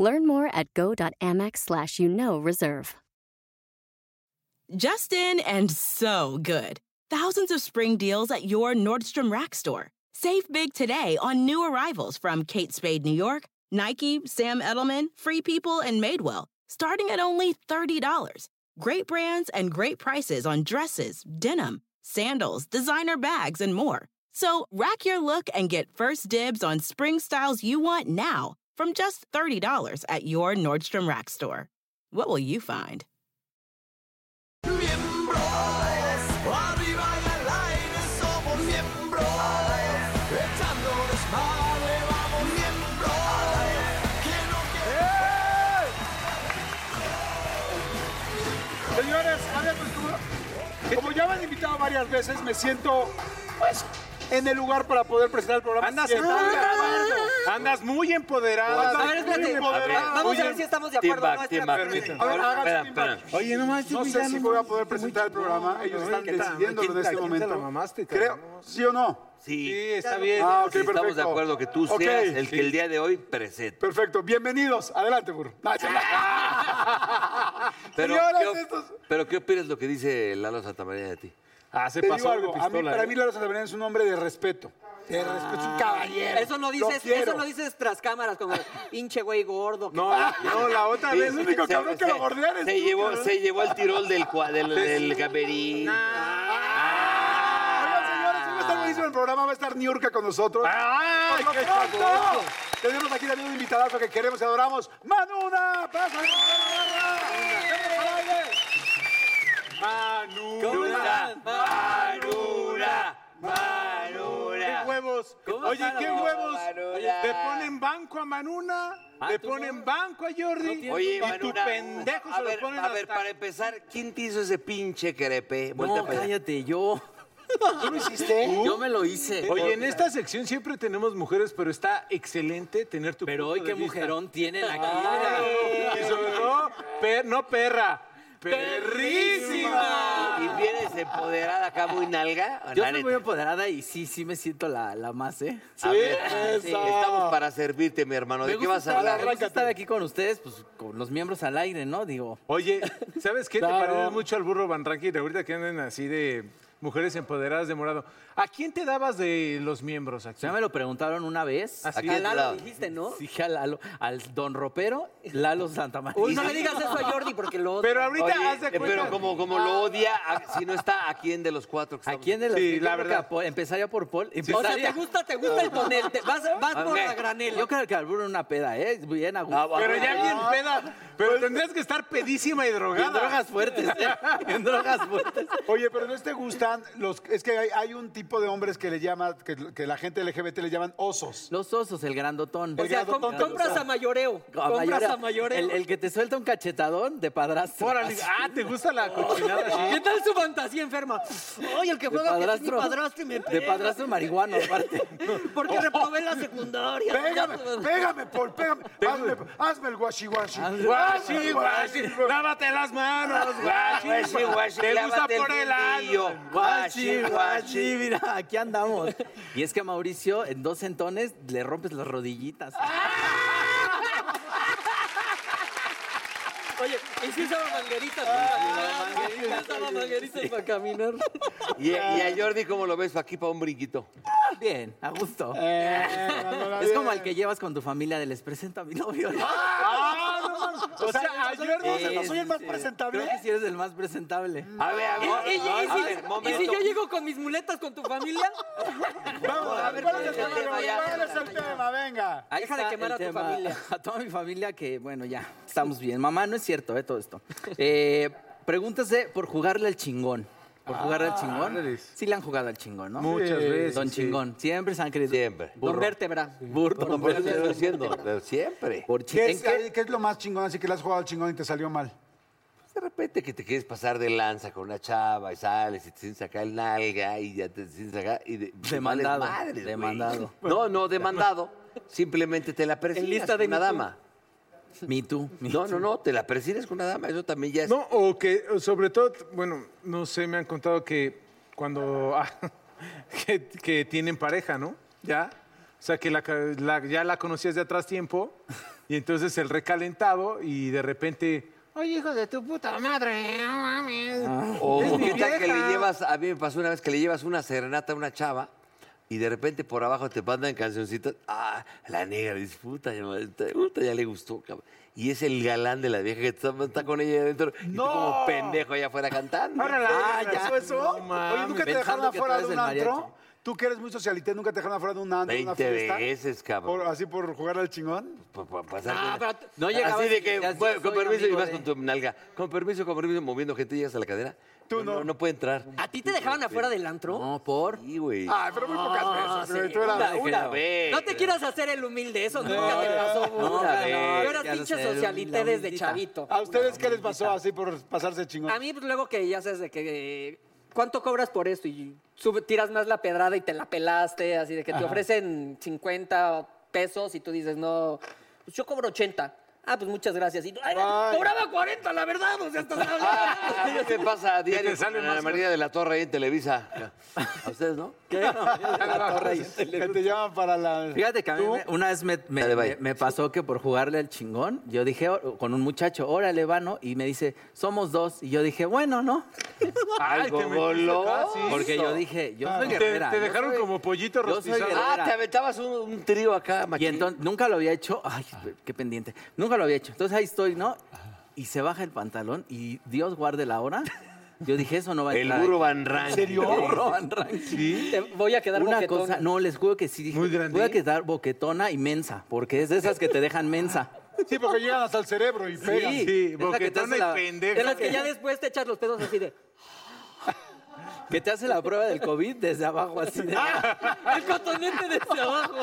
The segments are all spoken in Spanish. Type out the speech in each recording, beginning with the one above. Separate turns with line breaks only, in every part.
Learn more at go.amex slash you know reserve.
Justin and so good. Thousands of spring deals at your Nordstrom Rack store. Save big today on new arrivals from Kate Spade New York, Nike, Sam Edelman, Free People, and Madewell, starting at only $30. Great brands and great prices on dresses, denim, sandals, designer bags, and more. So rack your look and get first dibs on spring styles you want now from just $30 at your Nordstrom Rack store. What will you find?
Miembros, arriba y al aire somos miembros, echando desmadre vamos miembros, que no
Señores, a ver, pues, como- como ya me han invitado varias veces, me siento pues, en el lugar para poder presentar el programa.
Andas
Siento-
muy
Andas muy empoderada.
Andas
A ver, espérate.
muy empoderada.
Va- Vamos a ver si estamos de acuerdo. no,
Team
espera,
back,
espérate.
team
A ver,
back.
háganse
Espera,
un team back.
espera.
Oye, no manches,
No sé si voy a poder presentar el programa. Ellos están decidiéndolo en este momento. Creo, ¿sí o no?
Sí,
está
bien.
Ah, ok,
Estamos de
perfecto.
acuerdo que tú
Ok,
seas el que
sí.
el día de hoy presente.
Perfecto, bienvenidos. Adelante, burro. No, es-
Pero,
Señoras,
¿qué, op-
estos-
pero ¿qué opinas lo que dice Lalo Santamaría de ti?
Ah, se
Te digo
pasó de
algo, a mí,
pistola.
para
¿eh? Ah,
mí Lalo Santamarina es un hombre de respeto. De respeto, es un caballero.
Eso no
Lo
dices,
quiero.
eso no dices tras cámaras, como pinche güey gordo.
No, no, la otra
Sí,
vez.
el único
Se-
cabrón que
se-
lo bordea eres
se
tú,
llevó,
cabrón.
Se llevó el tirol del, cua- del, del camerín.
Oigan, señores, hoy va a estar buenísimo el programa, va a estar Niurka con nosotros.
Ah. ¡Ay,
Por lo
qué
pronto,
sabroso!
Tenemos aquí también un invitadazo que queremos y adoramos, Manuna. ¡Pasa! ¡Manuna!
Manura, Manura,
¡Qué
Manura.
huevos!
¿Cómo
Oye,
están,
¿qué
amigo?
huevos?
Manuna.
Le ponen banco a Manuna,
Ah,
le
¿tú
ponen
no?
banco a Jordi
Oye,
y tu
Manura,
pendejo
a
se
ver,
lo ponen
a ver,
hasta-
para empezar, ¿quién te hizo ese pinche crepe? Vuelta
No,
para allá.
cállate, yo. Uh.
¿Tú lo hiciste?
Yo me lo hice.
Oye, en
este
esta sección siempre tenemos mujeres, pero está excelente tener tu
Pero
punto
hoy
de
qué
vista.
mujerón tienen aquí.
Y sobre todo, per- no perra, perrísima.
Y vienes empoderada acá muy nalga.
Yo
la
soy
neta.
muy empoderada y sí, sí me siento la, la más, ¿eh?
A ver,
Sí.
Estamos para servirte, mi hermano. ¿De
Me
qué
gusta
vas a
estar-
hablar?
me gusta estar aquí con ustedes, pues con los miembros al aire, ¿no? Digo,
Oye, ¿sabes qué? Te pareces mucho al burro Van Ranking, ahorita que andan así de mujeres empoderadas de morado. ¿A quién te dabas de los miembros aquí?
ya me lo preguntaron una vez.
Ah, sí.
Aquí
¿A
a
Lalo
Lalo
dijiste, ¿no?
Dije a Lalo, al don ropero, Lalo Santamaría.
Uy, no le digas eso a Jordi porque lo
Pero ahorita
Oye,
haz de
eh,
cuenta.
pero como, como lo odia, a- si no está, ¿a quién de los cuatro que
¿A
estamos?
quién de los
Sí,
yo
la
creo que
verdad.
a Paul- empezaría por Paul.
O sea,
empezaría-
te gusta, te gusta el tonel, te- vas, vas por
Ok.
la granela.
Yo creo que al burro una peda, ¿eh? Bien a gusto.
Ah, va.
Pero ya bien peda. Pero
Pues-
tendrías que estar pedísima y drogada.
En drogas fuertes, ¿eh? En drogas fuertes.
Oye, pero ¿no te gustan los...? Es que hay, hay un tipo de hombres que le llama, que, que la gente LGBT le llaman osos.
Los osos, el grandotón.
O sea, com-
tonto,
compras a mayoreo.
A
Compras
mayoreo.
a mayoreo.
El, el que te suelta un cachetadón de padrastro.
Órale. Ah, ¿te gusta la cochinada?
¿Qué tal su fantasía enferma? Ay, el que
De
juega que es mi
padrastro.
padrastro y me
De
pega.
padrastro marihuano, aparte.
Porque reprobé la secundaria. pues,
Pégame, pégame, Paul, pégame. Hazme, hazme el guashi guashi.
Guachi, guachi, lávate las manos, guachi.
Guachi, guachi,
Te gusta
lávate el
por el ano.
fundillo.
Guachi,
guachi.
guachi, mira, aquí andamos. Y es que a Mauricio, en dos entones, le rompes las rodillitas.
Oye, y si usaba mangueritas. Ah, usaba mangueritas para caminar.
Y, y a Jordi, ¿cómo lo ves? Aquí para un brinquito.
Bien, a gusto.
Eh, Manuna,
Es como al que llevas con tu familia de les presento a mi novio.
Ah, no mames. O sea, ayer no se- no soy el más presentable. Ah,
Creo que sí eres el más presentable.
A ver, a ver.
Y- y- y
a
si-
ver,
y si
momento.
yo llego con mis muletas con tu familia,
Vamos, a ver, ¿cuál es el
Tema
tema?
ya.
¿Cuál es el tema? Venga.
Ahí
Deja de
está
quemar
el
a tu familia.
A toda mi familia que, bueno, ya, estamos bien. Mamá, no es cierto, ¿eh? Todo esto. Eh, pregúntase por jugarle al chingón. ¿Por jugarle al chingón?
órales.
Sí le han jugado al chingón, ¿no?
Muchas veces,
Don
sí.
chingón. Siempre se han querido.
Siempre.
Burro.
Don Vértebra.
Burro.
No, pero te estoy diciendo, de siempre.
Por chi-
¿Qué es,
en ca-
qué- qué es lo más chingón? Así que le has jugado al chingón y te salió mal.
de repente que te quieres pasar de lanza con una chava y sales y te sientes acá el nalga y ya te sientes acá y de,
Demandado,
vales madres, güey.
demandado.
No, no, demandado. Simplemente te la persigues
lista
con
de
una
Me Too.
dama.
Me too. me
No,
too.
no, no, te la persigues con una dama. Eso también ya es.
No, o que o sobre todo, bueno, no sé, me han contado que cuando ah, que, que tienen pareja, ¿no? Ya. O sea, que la, ca- la- ya la conocías de atrás tiempo y entonces el recalentado y de repente, oye, hijo de tu puta madre, no mames.
O
Es mi
¿qué tal que le
vieja.
llevas, a mí me pasó una vez que le llevas una serenata a una chava y de repente por abajo te mandan cancioncitas. Ah, la negra disputa, ya, me- te- puta, ya le gustó, cabrón. Y es el galán de la vieja que está, está con ella adentro y tú
¡No!
como pendejo allá afuera cantando.
Órale,
Ah,
¿te
ya.
pasó eso?
No mames.
Oye, ¿nunca te dejaron
Pensando que
afuera de
traes
un
el mariachi.
antro? Tú que eres muy socialité, ¿nunca te dejaron afuera de un antro, de una
20
fiesta?
veces, cabrón.
Por- ¿Así por jugar al chingón?
Pa- pa- pasar
Ah,
con una-
pero no llegabas
Así
y
de que,
decías,
bueno,
yo
con
soy
permiso, y
amigo
vas
de-
con tu nalga. Con permiso, con permiso, moviendo gente, llegas a la cadera.
Tú no.
No, puede entrar.
¿A ti te dejaban afuera del antro?
No, por.
Sí, güey.
Ay, pero muy pocas
Ah,
veces. pero
sí,
tú eras-
una-
una
creo.
vez.
No te quieras hacer el humilde, eso nunca te pasó,
no,
Buga.
no,
Yo era
ya lo
pinche
sé, el
socialité
humildita.
desde chavito.
¿A ustedes qué les pasó así por pasarse chingón?
A mí, pues, luego que ya sabes de que. eh, ¿Cuánto cobras por esto? Y sube- tiras más la pedrada y te la pelaste, así de que te ofrecen 50 pesos y tú dices, no, pues yo cobro 80. Ah, pues muchas gracias. Y, "Ay,
Ay.
cobraba 40, la verdad, o sea, estás hablando.
Ah, A mí me pasa a diario
te sale
con Ana
más
María de la Torre ahí en Televisa. ¿A ustedes no?
Que te llaman para la...
Fíjate que a mí
¿Tú?
me- una vez me, me-
Dale, bye.
me- me pasó que por jugarle al chingón, yo dije o- con un muchacho, órale, va, ¿no? Y me dice, somos dos. Y yo dije, bueno, ¿no?
Ay, te
Algo
metiste
voló.
casi.
Porque yo dije, yo soy
Te,
guerrera.
te
yo
dejaron
soy-
como pollito
yo soy
rostizado.
guerrera.
Ah, te aventabas un, un trío acá,
Y
machín.
entonces, nunca lo había hecho. Ay, qué pendiente. Nunca lo había hecho. Entonces ahí estoy, ¿no? Y se baja el pantalón y Dios guarde la hora. Yo dije, eso no va a
el
entrar.
burro Van Ranking.
El burro Van Ranking.
Te voy a quedar
Una
boquetón.
cosa, no, les juro que sí dije,
Muy grande.
voy a quedar boquetona y mensa, porque es de esas que te dejan mensa.
Sí, porque llegan hasta el cerebro y pegan.
Sí,
Sí,
es la que te
boquetona
hace
y
la-
De
pendeja.
las que ya después te echas los pedos así de.
Que te hace la prueba del COVID desde abajo, así de...
Ah.
El cotonete desde abajo.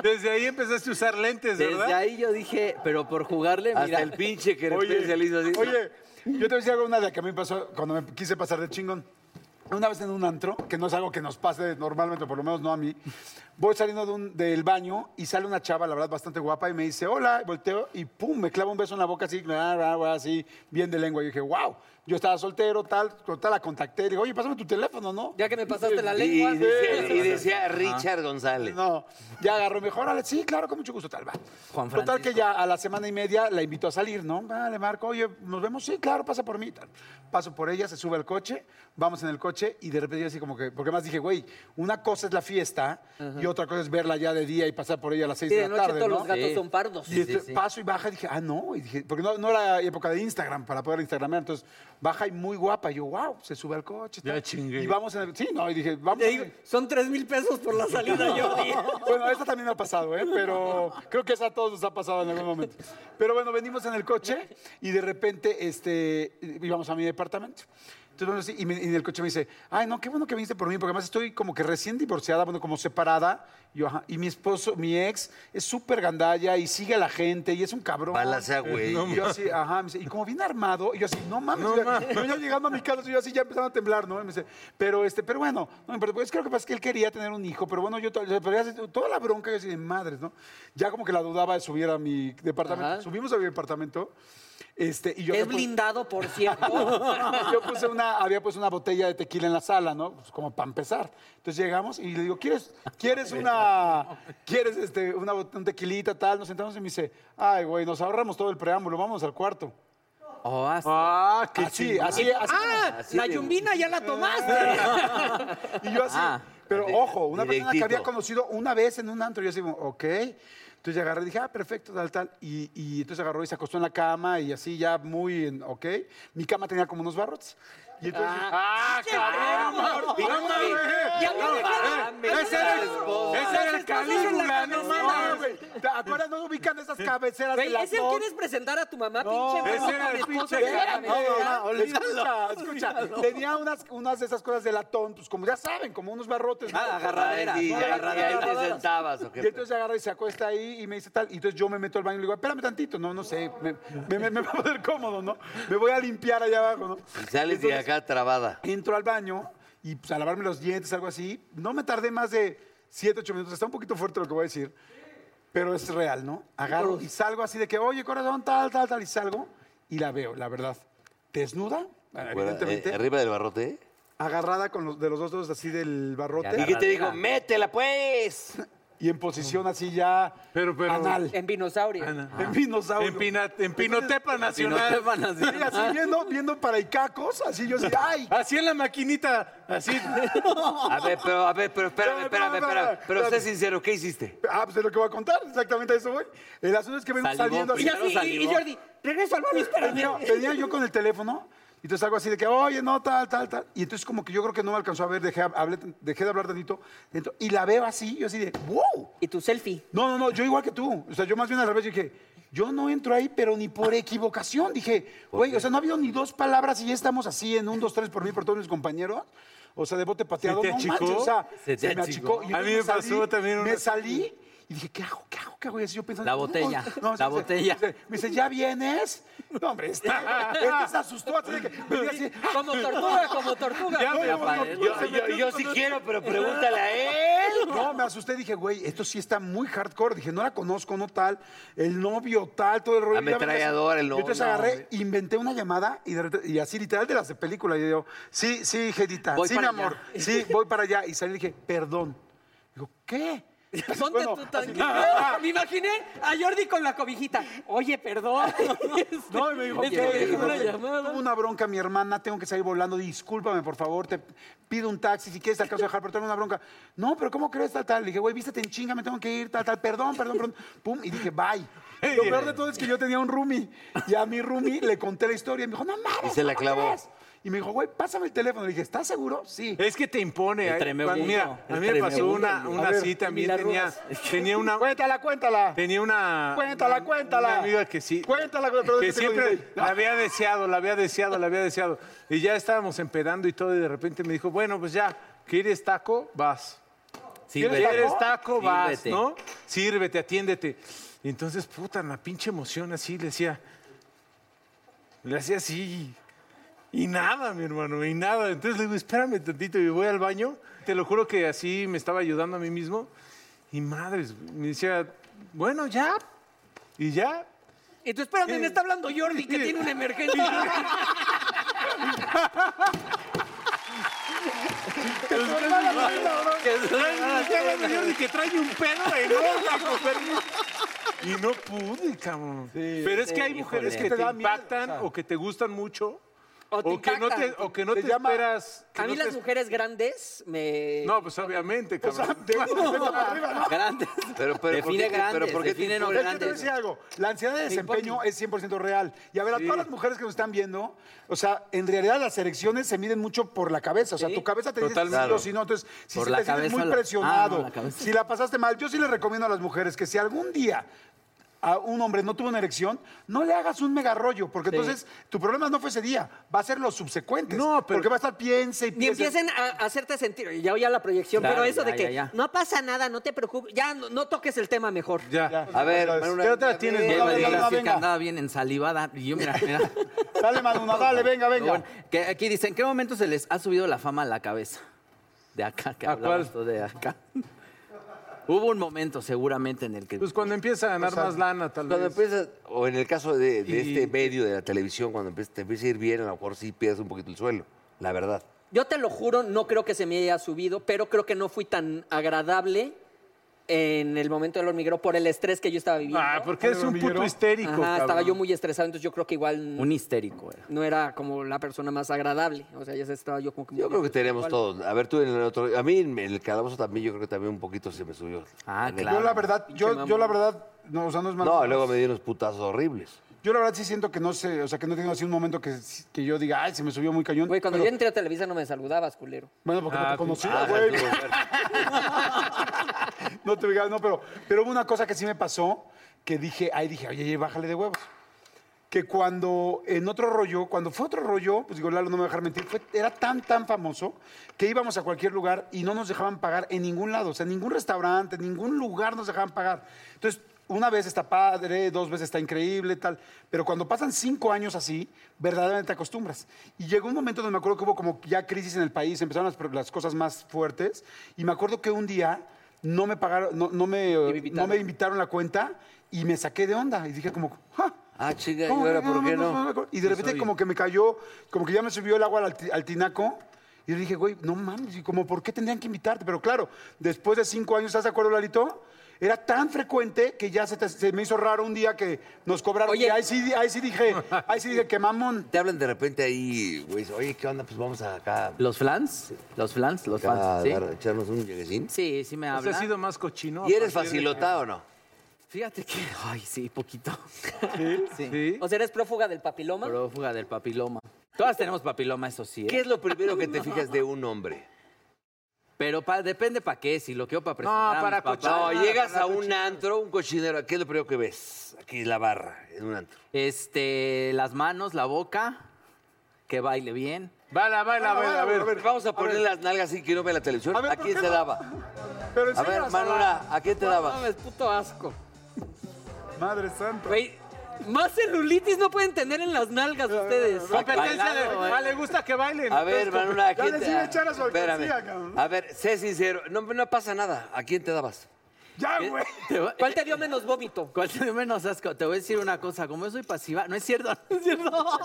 Desde ahí empezaste a usar lentes,
Desde
¿verdad?
ahí yo dije, pero por jugarle,
Hasta
mira,
el pinche que
Oye,
después se le hizo así.
Oye, yo te decía algo una de que a mí me pasó cuando me quise pasar de chingón. Una vez en un antro, que no es algo que nos pase normalmente, por lo menos no a mí, voy saliendo de un- del baño y sale una chava, la verdad, bastante guapa, y me dice, hola, y volteo, y pum, me clava un beso en la boca así, bla, bla, bla, así, bien de lengua. Y dije, wow, yo estaba soltero, tal, tal, la contacté, le digo, oye, pásame tu teléfono, ¿no?
Ya que me pasaste la
y,
lengua.
decía, y decía Richard González.
No, ya agarró mejor. Órale, sí, claro, con mucho gusto, tal, va.
Juan
Total que
Francisco.
ya a la semana y media la invitó a salir, ¿no? Vale, Marco, oye, nos vemos, sí, claro, pasa por mí. tal. Paso por ella, se sube al coche, vamos en el coche y de repente yo así como que, porque más dije, güey, una cosa es la fiesta y otra cosa es verla ya de día y pasar por ella a las seis
Sí,
de,
de
la
noche
tarde,
todos
¿no?
los gatos
Sí.
son pardos.
Y entonces paso y baja y dije, ah, no. Y dije, porque no, no era época de Instagram para poder Instagramear. Entonces baja y muy guapa. Y yo, wow, se sube al coche.
Ya
tal.
chingué.
Y vamos en el. Sí, no, y dije, vamos.
Te digo, son tres mil pesos por la salida, Jordi.
Bueno, esta también ha pasado, ¿eh? Pero creo que esa a todos nos ha pasado en algún momento. Pero bueno, venimos en el coche y de repente este, íbamos a mi departamento. Entonces, bueno, sí, y, me- y en el coche me dice, ay, no, qué bueno que viniste por mí, porque además estoy como que recién divorciada, bueno, como separada. Y yo, ajá. Y mi esposo, mi ex, es súper gandalla y sigue a la gente y es un cabrón.
Balacea, güey.
Y yo así, ajá. Me dice, y como bien armado, y yo así, no mames. yo, yo ya llegando a mi casa, yo así ya empezaba a temblar, ¿no? Y me dice, pero este, pero bueno, no, pero pues, creo que pasa es que él quería tener un hijo, pero bueno, yo, to- pero ya se- toda la bronca, yo así de madres, ¿no? Ya como que la dudaba de subir a mi departamento.
Ajá.
Subimos a mi departamento. Este, y yo
Es
me puse-
blindado, por cierto.
yo puse una, había puesto una botella de tequila en la sala, ¿no? Pues como para empezar. Entonces llegamos y le digo, ¿quieres, quieres una, quieres este, una, bot- un tequilita, tal? Nos sentamos y me dice, ay, güey, nos ahorramos todo el preámbulo, vamos al cuarto.
oh, hasta-
Ah, qué
Así, así, así.
Ah, la yumbina ya la tomaste.
Y yo así.
Ah,
pero
de-
ojo, una persona que
directito.
había conocido una vez en un antro, yo así, como, ok. Entonces agarré y dije, ah, perfecto, tal, tal. Y, y entonces agarró y se acostó en la cama y así ya muy, en- ok. Mi cama tenía como unos barrotes.
Y entonces, ¡ah, cabrón! ¡No
Ya había dejado-
mames! Eh, ¡Ese era el, ese era el Calígula! ¡No mames!
güey. ¿Te acuerdas? No ubican esas cabeceras de
Güey,
las
¿es el
dos?
quieres presentar a tu mamá, pinche
ese
mamá,
era
con
el
esposa,
pinche
ya,
cara,
No,
güey, ya.
no, no, escucha, escucha. Tenía unas, unas de esas cosas de latón, pues como ya saben, como unos barrotes. ¿no?
Ah, agarradera.
Y
¿no?
ahí- y ahí
Agarradera.
te sentabas, ¿o qué?
Y entonces agarra y se acuesta ahí y me dice tal. Y entonces yo me meto al baño y le digo, espérame tantito, no, no sé, me, me- me- me va a poner cómodo, ¿no? Me voy a limpiar allá abajo, ¿no?
Y sales de
Entonces,
acá trabada.
Entro al baño y pues, a lavarme los dientes, algo así. No me tardé más de 7, 8 minutos. Está un poquito fuerte lo que voy a decir, pero es real, ¿no? Agarro y salgo así de que, oye, corazón, tal, tal, tal. Y salgo y la veo, la verdad. Desnuda,
Fuera, eh,
evidentemente,
arriba del barrote.
agarrada con los, de los dos dedos así del barrote
¿Y qué te digo? ¡Métela, pues!
y en posición así ya
Pero, pero-
anal.
En Vinosaurio.
En dinosaurio.
En, Pina- en Pinotepa
Y no
Nacional.
te van a
Sí,
hacer-
así viendo, viendo para Icacos, así yo así, ¡ay!
Así en la maquinita, así.
A ver, pero, a ver, pero espérame, espérame, espérame. Pero sé sincero, ¿qué hiciste?
Ah, pues es lo que voy a contar, exactamente a eso voy. El asunto es que vengo
Salivó,
saliendo
Y
así.
yo así, y- y Jordi, regreso al baño, espérame.
Venía, venía yo con el teléfono y entonces algo así de que, oye, no, tal, tal, tal. Y entonces como que yo creo que no me alcanzó a ver, dejé, hablé- dejé de hablar tantito. dentro, y la veo así, yo así de, ¡wow!
Y tu selfie.
No, no, no, yo igual que tú. O sea, yo más bien al revés dije, yo no entro ahí, pero ni por equivocación. Dije, güey, o sea, no ha habido ni dos palabras y ya estamos así en un, dos, tres por mí, por todos mis compañeros. O sea, de bote pateado.
¿Se te
no
achicó?
manches, o sea,
¿Se
se,
te
me achicó.
achicó?
Y
A mí
entonces
me pasó también
Me
una-
salí y dije, ¿qué hago? ¿Qué hago? ¿Qué hago? Y así yo pensando.
La
no,
botella,
o sea,
la
me dice-
botella.
Me dice, me dice, ¿ya vienes? No, hombre, este, este se asustó. Así de que venía así.
Como tortuga, como tortuga.
no, no, no,
apareció.
no,
Yo,
se
yo,
metió
yo
con
sí
otro-
quiero, pero pregúntale a él.
no, me asusté, dije, güey, esto sí está muy hardcore. Dije, no la conozco, no tal. El novio, tal, todo el rollo.
La ametralladora, el novio,
Entonces
no,
agarré, inventé una llamada y, de repente- y así literal de las de película. Y yo, sí, sí, Gedita,
Voy
sí, mi
para
amor,
allá.
sí, voy para allá. Y salí y dije, perdón. Digo, ¿qué?
Ponte
Bueno,
tú
así-
tan... Me imaginé a Jordi con la cobijita. Oye, perdón. Este,
No, y me dijo,
Es
"¿Qué?".
que me
Dije,
llegó una
"Porque
llamada.
Tuve una bronca, mi hermana, tengo que salir volando, discúlpame, por favor, te pido un taxi, si quieres te alcanzo a dejar, pero tengo una bronca. No, pero ¿cómo crees tal, tal? Le dije, güey, vístete en chinga, me tengo que ir, tal, tal, perdón, perdón, perdón. Pum, y dije, bye. Lo peor de todo es que yo tenía un roomie, y a mi roomie le conté la historia, y me dijo, no
Y
mames.
se la
¿cómo
clavó.
crees?". Y me dijo, güey, pásame el teléfono. Le dije, ¿estás seguro? Sí.
Es que te impone.
El
eh.
tremendo,
Cuando- Mira, a
el
mí me pasó
tremendo.
una, una
A ver,
así también.
las
Tenía, tenía una.
Cuéntala, cuéntala.
Tenía una.
Cuéntala,
una-
cuéntala.
Una amiga que sí.
Cuéntala, pero
Que
yo tengo
siempre
delay.
la había deseado, la había deseado, la había deseado. Y ya estábamos empedando y todo, y de repente me dijo, bueno, pues ya, ¿quieres taco? Vas.
Sírvete.
¿Quieres taco? Vas,
Sírvete.
¿no? Sírvete, atiéndete. Y entonces, puta, en la pinche emoción así le decía. Le hacía así. Y nada, mi hermano, y nada. Entonces le digo, espérame tantito y voy al baño. Te lo juro que así me estaba ayudando a mí mismo. Y madres, me decía, bueno, ya. Y ya.
Y tú, espérame, me está hablando Jordi, que tiene una emergencia.
Trae- trae- yo dije, trae un pedo enorme, con permiso. Y no pude, cabrón. Pero es que hay mujeres que
híjole.
Te
te,
da miedo,
impactan
o sea.
o que te gustan mucho.
O te
que no te,
impactan.
o que no
Te
te,
llama-
esperas. que
A mí
no te
las
es-
mujeres grandes me...
No, pues obviamente, cabrón.
Grandes.
Pero, pero, ¿por
define
qué te-
grandes.
pero por qué te
define
impone?
Es que te
no
voy a
grandes.
decir algo. La ansiedad de desempeño es 100% real. Y a ver, a todas las mujeres que nos están viendo, o sea, en realidad las elecciones se miden mucho por la cabeza. O sea, tu cabeza te dice
Totalmente.
sí o sí no. Entonces, si
Por
se
la
te sientes
cabeza
muy
la-
presionado,
Ah, no, la cabeza.
si la pasaste mal, yo sí les recomiendo a las mujeres que si algún día a un hombre no tuvo una erección, no le hagas un mega rollo, porque entonces tu problema no fue ese día, va a ser los subsecuentes.
No, pero-
Porque va a estar piense y
Ni
piense.
empiecen a a hacerte sentir, ya oía la proyección,
Claro,
pero eso
ya,
de que
ya, ya.
no pasa nada, no te preocupes, ya no, no toques el tema mejor.
Ya.
A ver,
Ya,
Manu,
¿qué otra
una-
tienes,
una-
Que
Manu?
me
venga,
digas
venga.
que andaba bien ensalivada. Y yo, mira, mira.
Dale, Maduna, dale, venga, venga.
Pero bueno, que aquí dice, ¿en qué momento se les ha subido la fama a la cabeza? De acá, que
¿A
hablabas
cuál?
tú de acá. Hubo un momento seguramente en el que...
Pues cuando empieza a ganar más lana, tal
Cuando
vez.
empiezas, o en el caso de, de
Y-
este medio de la televisión, cuando empieza- te empieza a ir bien, a lo mejor sí pierdes un poquito el suelo, la verdad.
Yo te lo juro, no creo que se me haya subido, pero creo que no fui tan agradable en el momento del hormiguero por el estrés que yo estaba viviendo.
Ah, porque es un puto histérico.
Ajá, estaba
cabrón.
yo muy estresado, entonces yo creo que igual
Un histérico era.
no era como la persona más agradable. O sea, ya se estaba yo como que...
Yo
muy
creo que
nervioso
tenemos
igual.
todos. A ver, tú en el otro. A mí en el calabozo también, yo creo que también un poquito se me subió.
Ah,
En el-
claro.
Yo la verdad, yo, yo la verdad, no, o sea, no es
No,
Madonna.
luego me di unos putazos horribles.
Yo la verdad sí siento que no sé, o sea, que no he tenido así un momento que, que yo diga, ay, se me subió muy cañón.
Güey, cuando
pero-
yo entré a Televisa no me saludabas, culero.
Bueno, porque no
Ah,
te conocía,
Ah,
güey.
estuvo fuerte.
No te digas, no, pero, pero hubo una cosa que sí me pasó que dije, ahí dije, oye, oye, bájale de huevos. Que cuando en otro rollo, cuando fue otro rollo, pues digo, Lalo no me va a dejar mentir, fue- era tan, tan famoso que íbamos a cualquier lugar y no nos dejaban pagar en ningún lado, o sea, ningún restaurante, ningún lugar nos dejaban pagar. Entonces, una vez está padre, dos veces está increíble, tal, pero cuando pasan cinco años así, verdaderamente te acostumbras. Y llegó un momento donde me acuerdo que hubo como ya crisis en el país, empezaron las, las cosas más fuertes, y me acuerdo que un día no me pagaron, no, no me,
me
eh,
invitaron.
no me invitaron la cuenta y me saqué de onda y dije como, "Ja,
Ah, chinga, ¿y
¿cómo
ahora
que
por qué no?
Y de repente como que me cayó, como que ya me subió el agua al, ti- al tinaco. Y yo dije, güey, no mames, y como, ¿por qué tendrían que invitarte? Pero claro, después de cinco años, ¿estás de acuerdo, Lalito? Era tan frecuente que ya se, te- se me hizo raro un día que nos cobraron.
Oye.
Oye, ahí sí, ahí sí dije, ahí sí dije que mamón.
Te hablan de repente ahí, güey, oye, ¿qué onda? Pues vamos a acá,
¿Los flans? ¿Los flans? ¿Los
acá a
fans? ¿Sí?
dar- echarnos un lleguecín.
Sí, sí me
¿Usted
habla.
ha sido más cochino?
¿Y eres
a partir de-
facilotá o no?
Fíjate que... Ay, sí, poquito. Sí.
Sí.
O sea, eres prófuga del papiloma.
Prófuga del papiloma. Todas tenemos papiloma, eso sí, ¿eh?
¿Qué es lo primero que te fijas de un hombre?
Pero pa- depende para qué, si lo quiero para presentar a mis
para
papás.
cochar.
No,
Ah,
llegas
para
a
la
un antro, un cochinero, ¿qué es lo primero que ves? Aquí en la barra, en un antro.
Este, las manos, la boca, que baile bien.
Baila, baila, baila, a ver.
A ver, Pues vamos a poner las nalgas así que no ve la televisión.
A ver,
¿A
¿por
quién
qué
te
no?
daba?
Pero
A ver,
enséñalas la-
Manora, ¿a quién te daba?
mames, puto asco.
Madre santa.
Güey, más celulitis no pueden tener en las nalgas ustedes.
Competencia de...
Bailado, eh.
Ah, le gusta que bailen.
A ver,
Entonces,
Manora, ¿a
Ya
quién
les
te
iba a echar a su
Espérame.
alcancía, cabrón.
A ver, sé sincero, no, no pasa nada. ¿A quién te dabas?
Ya, güey.
Te va-
¿Cuál te dio menos vómito?
¿Cuál te dio menos asco? Te voy a decir una cosa, como yo soy pasiva, no es cierto, no es cierto.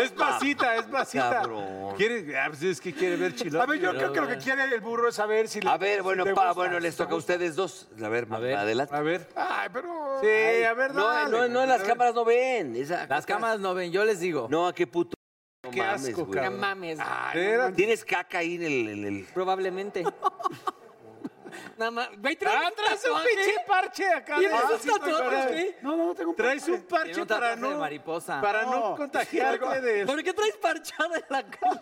Es pasita, es pasita.
Cabrón.
¿Quiere? Ah, pues es que quiere ver chilo.
A ver, yo creo que lo que quiere el burro es saber si... le-
A ver,
si
bueno,
te
pa,
gusta,
bueno,
si
les
te
toca a
gusta.
ustedes dos. A ver, ma-
ver.
adelante.
A ver.
Ay, pero...
Sí, a ver,
No,
dale.
no, no, las cámaras no ven. Esa-
Las cámaras no ven, yo les digo.
No, ¿a qué puto? No
Qué
mames,
asco,
güey.
No
cabrón.
mames.
Espérate.
Tienes caca ahí en el... en el-
Probablemente. Nada más. Güey, traes
Ah,
un
traes un
tatuaje.
pinche parche acá.
Tienes
Ah,
un
sí, estoy
tatuaje,
parado.
güey.
No, no, no tengo...
Traes un
Tiene
parche
un
para
tatuaje de
no...
mariposa.
Para no
No.
contagiarte de...
¿Por qué traes parchado en la cara?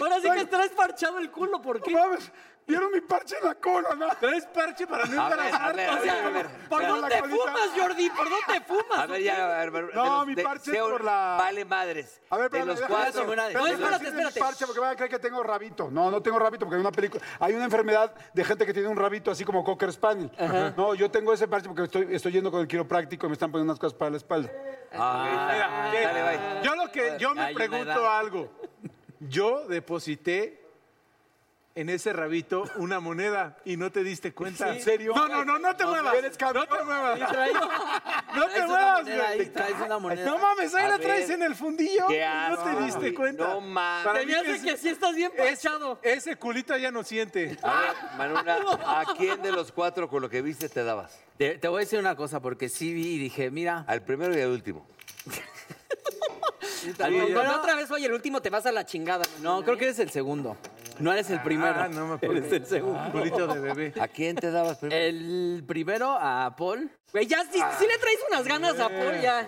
Ahora sí que traes parchado el culo, ¿por qué?
No mames, vieron mi parche en la cola, ¿no?
Traes parche para no
A ver, a ver, a
embarazarte.
ver, a ver.
¿Por
Pero
dónde
la colita-
fumas, Jordi? ¿Por dónde fumas?
A ver, ya, a ver, a ver,
No,
de los-
mi
de-
parche
sea-
es por la-
Vale madres.
A ver,
de
espérame,
los
déjame
cuatro...
decirlo.
ninguna de-
Espérame,
No, espérate,
déjame decirle mi
espérate.
parche porque van a creer que tengo rabito. No, no tengo rabito porque hay una película, hay una enfermedad de gente que tiene un rabito así como cocker spaniel. No, yo tengo ese parche porque estoy, estoy yendo con el quiropráctico y me están poniendo unas cosas para la espalda.
Ah,
Mira, ¿qué?
dale, bye.
Yo lo que yo
Hay
me
una
pregunto
edad.
algo. Yo deposité en ese rabito una moneda y no te diste cuenta.
¿En serio?
No, no, no, no te muevas.
¿Eres
No
campeón?
te muevas.
Traes-
No
traes
te
una
muevas,
moneda ahí,
güey.
traes una moneda.
No mames, ahí
A
la
ver.
traes en el fundillo.
Qué
y No
asco,
te diste
güey.
cuenta.
No mames.
Para
Se
mí
me hace
ese-
que sí estás bien parchado.
Ese culito ya no siente.
A ver, Manuna, ¿a quién de los cuatro con lo que viste te dabas?
Te, te voy a decir una cosa, porque sí vi y dije,
Ah,
mira,
Al primero y al último.
al
Cuando
primero-
otra vez, oye, el último te vas a la chingada.
no, creo que eres el segundo. No eres el primero.
Ah, no me acuerdo.
Eres el segundo.
Culito de bebé.
¿A quién te dabas primero?
El primero a Paul.
Güey, ya sí, sí le traes unas ganas a Paul, ya.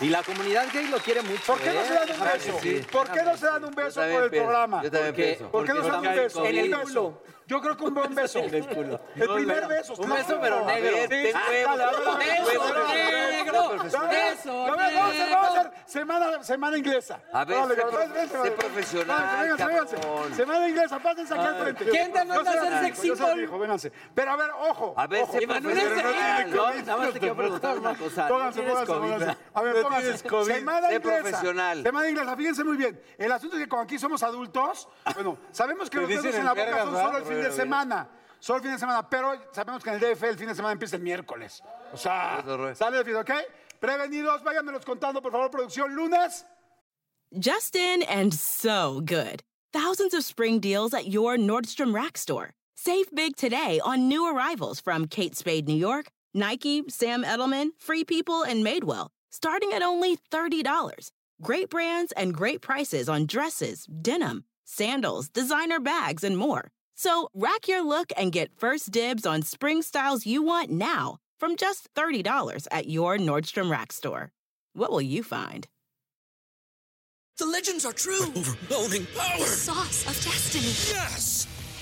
Y la comunidad gay lo quiere mucho.
¿Por qué no
¿eh?
se dan un beso? ¿Por qué no se dan un
Yo
beso
también
por el
pienso,
programa?
Yo también
Porque-
pienso.
¿Por qué no se dan
está
un
el
beso?
COVID.
Un beso. Yo creo que un buen beso. El primer beso.
Un beso,
claro.
pero
A
negro.
ver, ten
Ah,
huevos.
dale, a ver, a ver.
Ten huevos,
Beso
ten huevos,
negro.
profesional.
Ya ves,
Beso
ya ves, vamos a hacer-
negro.
vamos a hacer semana, semana inglesa.
A ver, sé pro- sé profesional,
Vénganse, vénganse,
cabrón.
Semana inglesa, pásense aquí al frente.
¿Quién te manda a hacer sex
sexy? Yo soy
symbol?
viejo, vénganse. Pero a ver, ojo.
A ver,
ojo.
sé
Manuel es
profesional.
No, nada más te quiero preguntar una cosa. ¿No
Pónganse,
tienes
pónganse,
COVID?
pónganse. A ver, pónganse. Semana
Sé
inglesa.
profesional.
Semana inglesa, fíjense muy bien. El asunto es que como aquí somos adultos, bueno, sabemos que
Te
los dedos
dicen
en la boca
encargas,
son
¿verdad?
solo el fin de
Bueno,
semana. Solo el fin de semana, pero sabemos que en el DF el fin de semana empieza el miércoles. O sea,
Eso, Rue.
sale el fin, ¿ok? Prevenidos, váyanmelos contando, por favor, producción, lunes.
Justin and so good. Thousands of spring deals at your Nordstrom Rack store. Save big today on new arrivals from Kate Spade New York, Nike, Sam Edelman, Free People, and Madewell, starting at only $30. Great brands and great prices on dresses, denim, sandals, designer bags, and more. So rack your look and get first dibs on spring styles you want now from just $30 at your Nordstrom Rack store. What will you find?
The legends are true. overwhelming power! Sauce of destiny. Yes!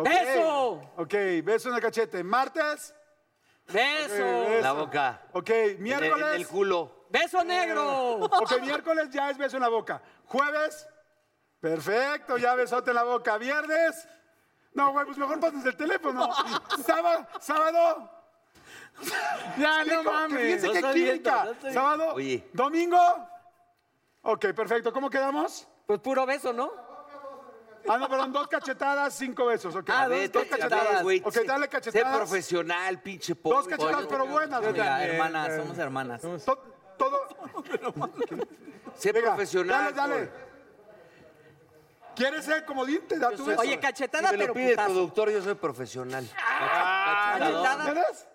Ok.
¡Beso!
Ok, beso en el cachete. Martes.
¡Beso!
La boca.
Ok,
En el,
miércoles.
en el culo.
¡Beso negro!
Ok, miércoles ya es beso en la boca. Jueves. Perfecto, ya besote en la boca. Viernes. No, güey, pues mejor pases el teléfono. Sábado. Sábado.
Ya, no
Dijo, que
mames.
Fíjense
No
qué
está viendo,
química.
no está viendo.
Sábado.
Oye.
Domingo. Ok, perfecto. ¿Cómo quedamos?
Pues puro beso, ¿no?
Ah, no, perdón, dos cachetadas, cinco besos. ok.
Ah,
A ver,
dos
te- a ver,
cachetadas.
güey,
Ok,
sé-
dale
Sé
cachetadas.
profesional, pinche pobre.
Dos cachetadas, pero buenas, güey.
Mira,
Eh,
hermanas, somos hermanas.
to- Todo.
Sé
Venga,
profesional.
Dale, dale.
güey.
¿Quieres ser comodín? Te da tu beso.
Oye, cachetada,
Si me
pero
lo pide el
putazo.
productor, yo soy profesional.
Cachetada.
¿Ves? Ah,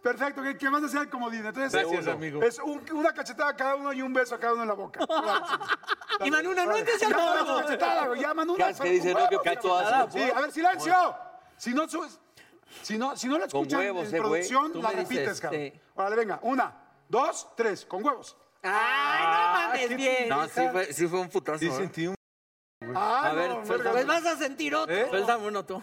Perfecto, ¿qué, qué más desea el comodín? Entonces,
Gracias,
uno.
amigo.
Es un- una cachetada a cada uno y un beso a cada uno en la boca.
Y Manuna, no entres
ya
al
no,
todo.
cachetada, güey. Ya, Manu,
Ya, es que dice, no, que puto haces.
Sí, a ver, silencio. Si no, su- si no, si no la
Con
escuchan
huevos,
en
eh, güey.
producción,
Tú
la
me dices,
repites, cabrón.
este,
sí.
Órale, venga. Una, dos, tres. Con huevos.
¡Ay, no mames, bien!
No, sí fue, sí fue un putazo.
Sí,
¿eh?
sentí un.
Ah,
A ver,
no,
suelta-
verga.
Pues vas a sentir otro.
Suéltame uno tú.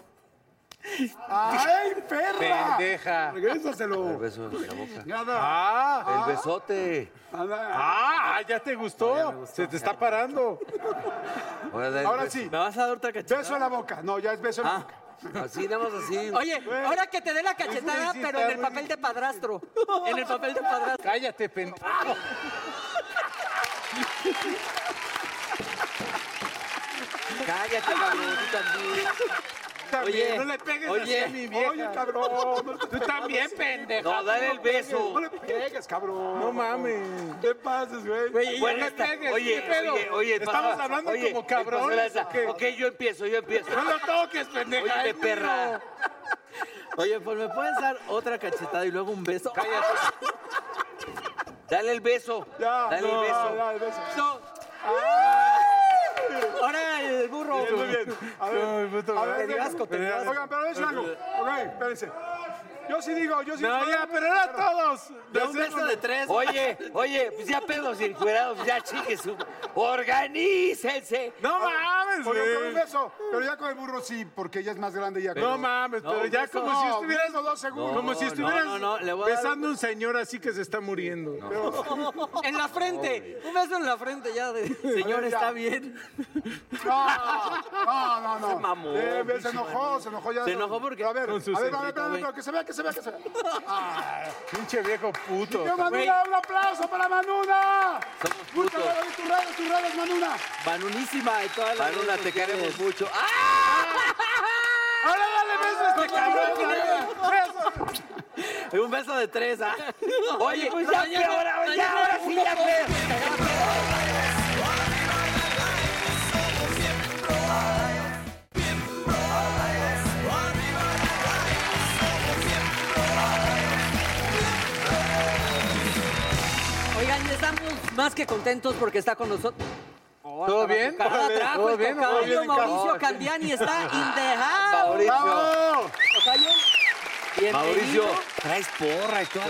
¡Ay, perra!
Pendeja.
El
Regrésaselo.
beso en la boca.
Nada.
Ah,
El besote.
Nada.
ah, ya te gustó. Se te está parando.
Ahora, dale pues, el
Ahora
beso.
sí,
¿Me vas a dar otra cachetada?
beso en la boca. No, ya es beso en
Ah.
la boca.
Así, nada más así.
Oye, ahora que te dé la cachetada, pero en el papel de padrastro. En el papel de padrastro.
Cállate, pendejo.
Cállate, cabrón, tú también.
Oye, no le pegues
oye,
así a mi vieja.
Oye, cabrón. no te-
Tú también, pendejo.
No, dale el beso.
No le pegues, cabrón.
No mames.
¿Qué pases, güey?
Bueno,
no pegues,
oye,
¿qué pedo?
oye, oye,
Estamos
pasa-
hablando
oye,
como
¿qué pasó,
cabrones,
Lanza?
¿o qué?
Ok, yo empiezo, yo empiezo.
No lo toques, pendeja. eh.
Oye,
Ay,
de perra.
Oye, pues me puedes dar otra cachetada y luego un beso.
Dale el beso.
Ya.
Dale
no,
el beso.
ya, el beso.
Ahora el burro.
Muy bien. A
No, mi
ver,
puto
a ver,
madre.
venga.
asco, te dio asco.
Oigan, pero es algo. Ok, espérense. Yo sí digo, yo sí
No, ya, pero era todos.
De un beso de tres.
Oh,
Oye, oye, pues ya pedos y encuerados, ya chique su. Organícense.
No mames,
Oye, con un
güey.
beso, pero ya con el burro sí, porque ella es más grande y ya con
No mames, pero ya
beso.
como si estuvieras.
dos segundos.
Como si
no,
estuvieras
no, no, le voy a dar-
besando a un señor así que se está muriendo.
En la frente. Un beso en la frente ya. De...
Señor,
ya.
está bien.
No, no, no. Se
mamó,
se enojó, se enojó ya.
Se enojó porque-
Pero A ver, a
con su
ver, a ver,
cebrita,
espérame,
güey. Ah,
pero que se vea, que se vea, que se vea.
Pinche viejo puto.
¡Yo, Manuna, un aplauso para Manuna!
Somos putos.
Búscalo en tus redes, tus redes, Manuna.
Vanunísima y todas las
Manuna,
redes
te
sociales.
queremos mucho. ¡Ah!
Ahora dale beso a este cabrón.
Y Un beso de tres. ¿ah?
Oye, pues ya,
mañana-
pero ahora, ya,
mañana
ahora sí, ya, pero.
Oigan, ya estamos más que contentos porque está con nosotros.
¿Todo bien?
Cada trajo
pues,
¿Todo
el
bien? ¿Todo
tocayo
bien?
Mauricio Candiani está in the house.
Mauricio,
Tocayo,
Mauricio,
bienvenido.
traes porra y todo.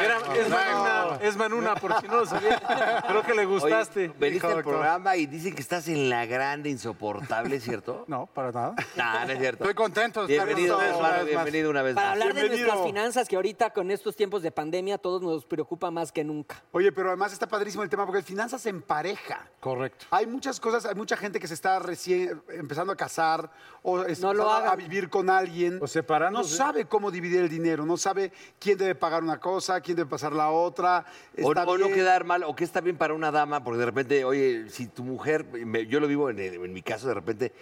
Era- es, Magna, es Manuna, por si no lo sabía. Creo que le gustaste.
veniste
hijo de
al programa y dicen que estás en la grande insoportable, ¿es ¿cierto?
No, para nada.
No, no es cierto.
Estoy contento de estar
Bienvenido,
con ustedes una
Mauro,
vez más.
bienvenido una vez
Para
más.
hablar de
Bienvenido.
nuestras finanzas, que ahorita con estos tiempos de pandemia todos nos preocupa más que nunca.
Oye, pero además está padrísimo el tema porque finanzas en pareja.
Correcto.
Hay muchas cosas, hay mucha gente que se está recién empezando a casar o está
No lo
empezando
hagan.
a vivir con alguien.
O
No
separándose.
sabe cómo dividir el dinero, no sabe quién debe pagar una cosa, quién debe pasar la otra.
O,
Está
o no
bien.
quedar mal, o que está bien para una dama, porque de repente, oye, si tu mujer, me- yo lo vivo en, el- en mi caso, de repente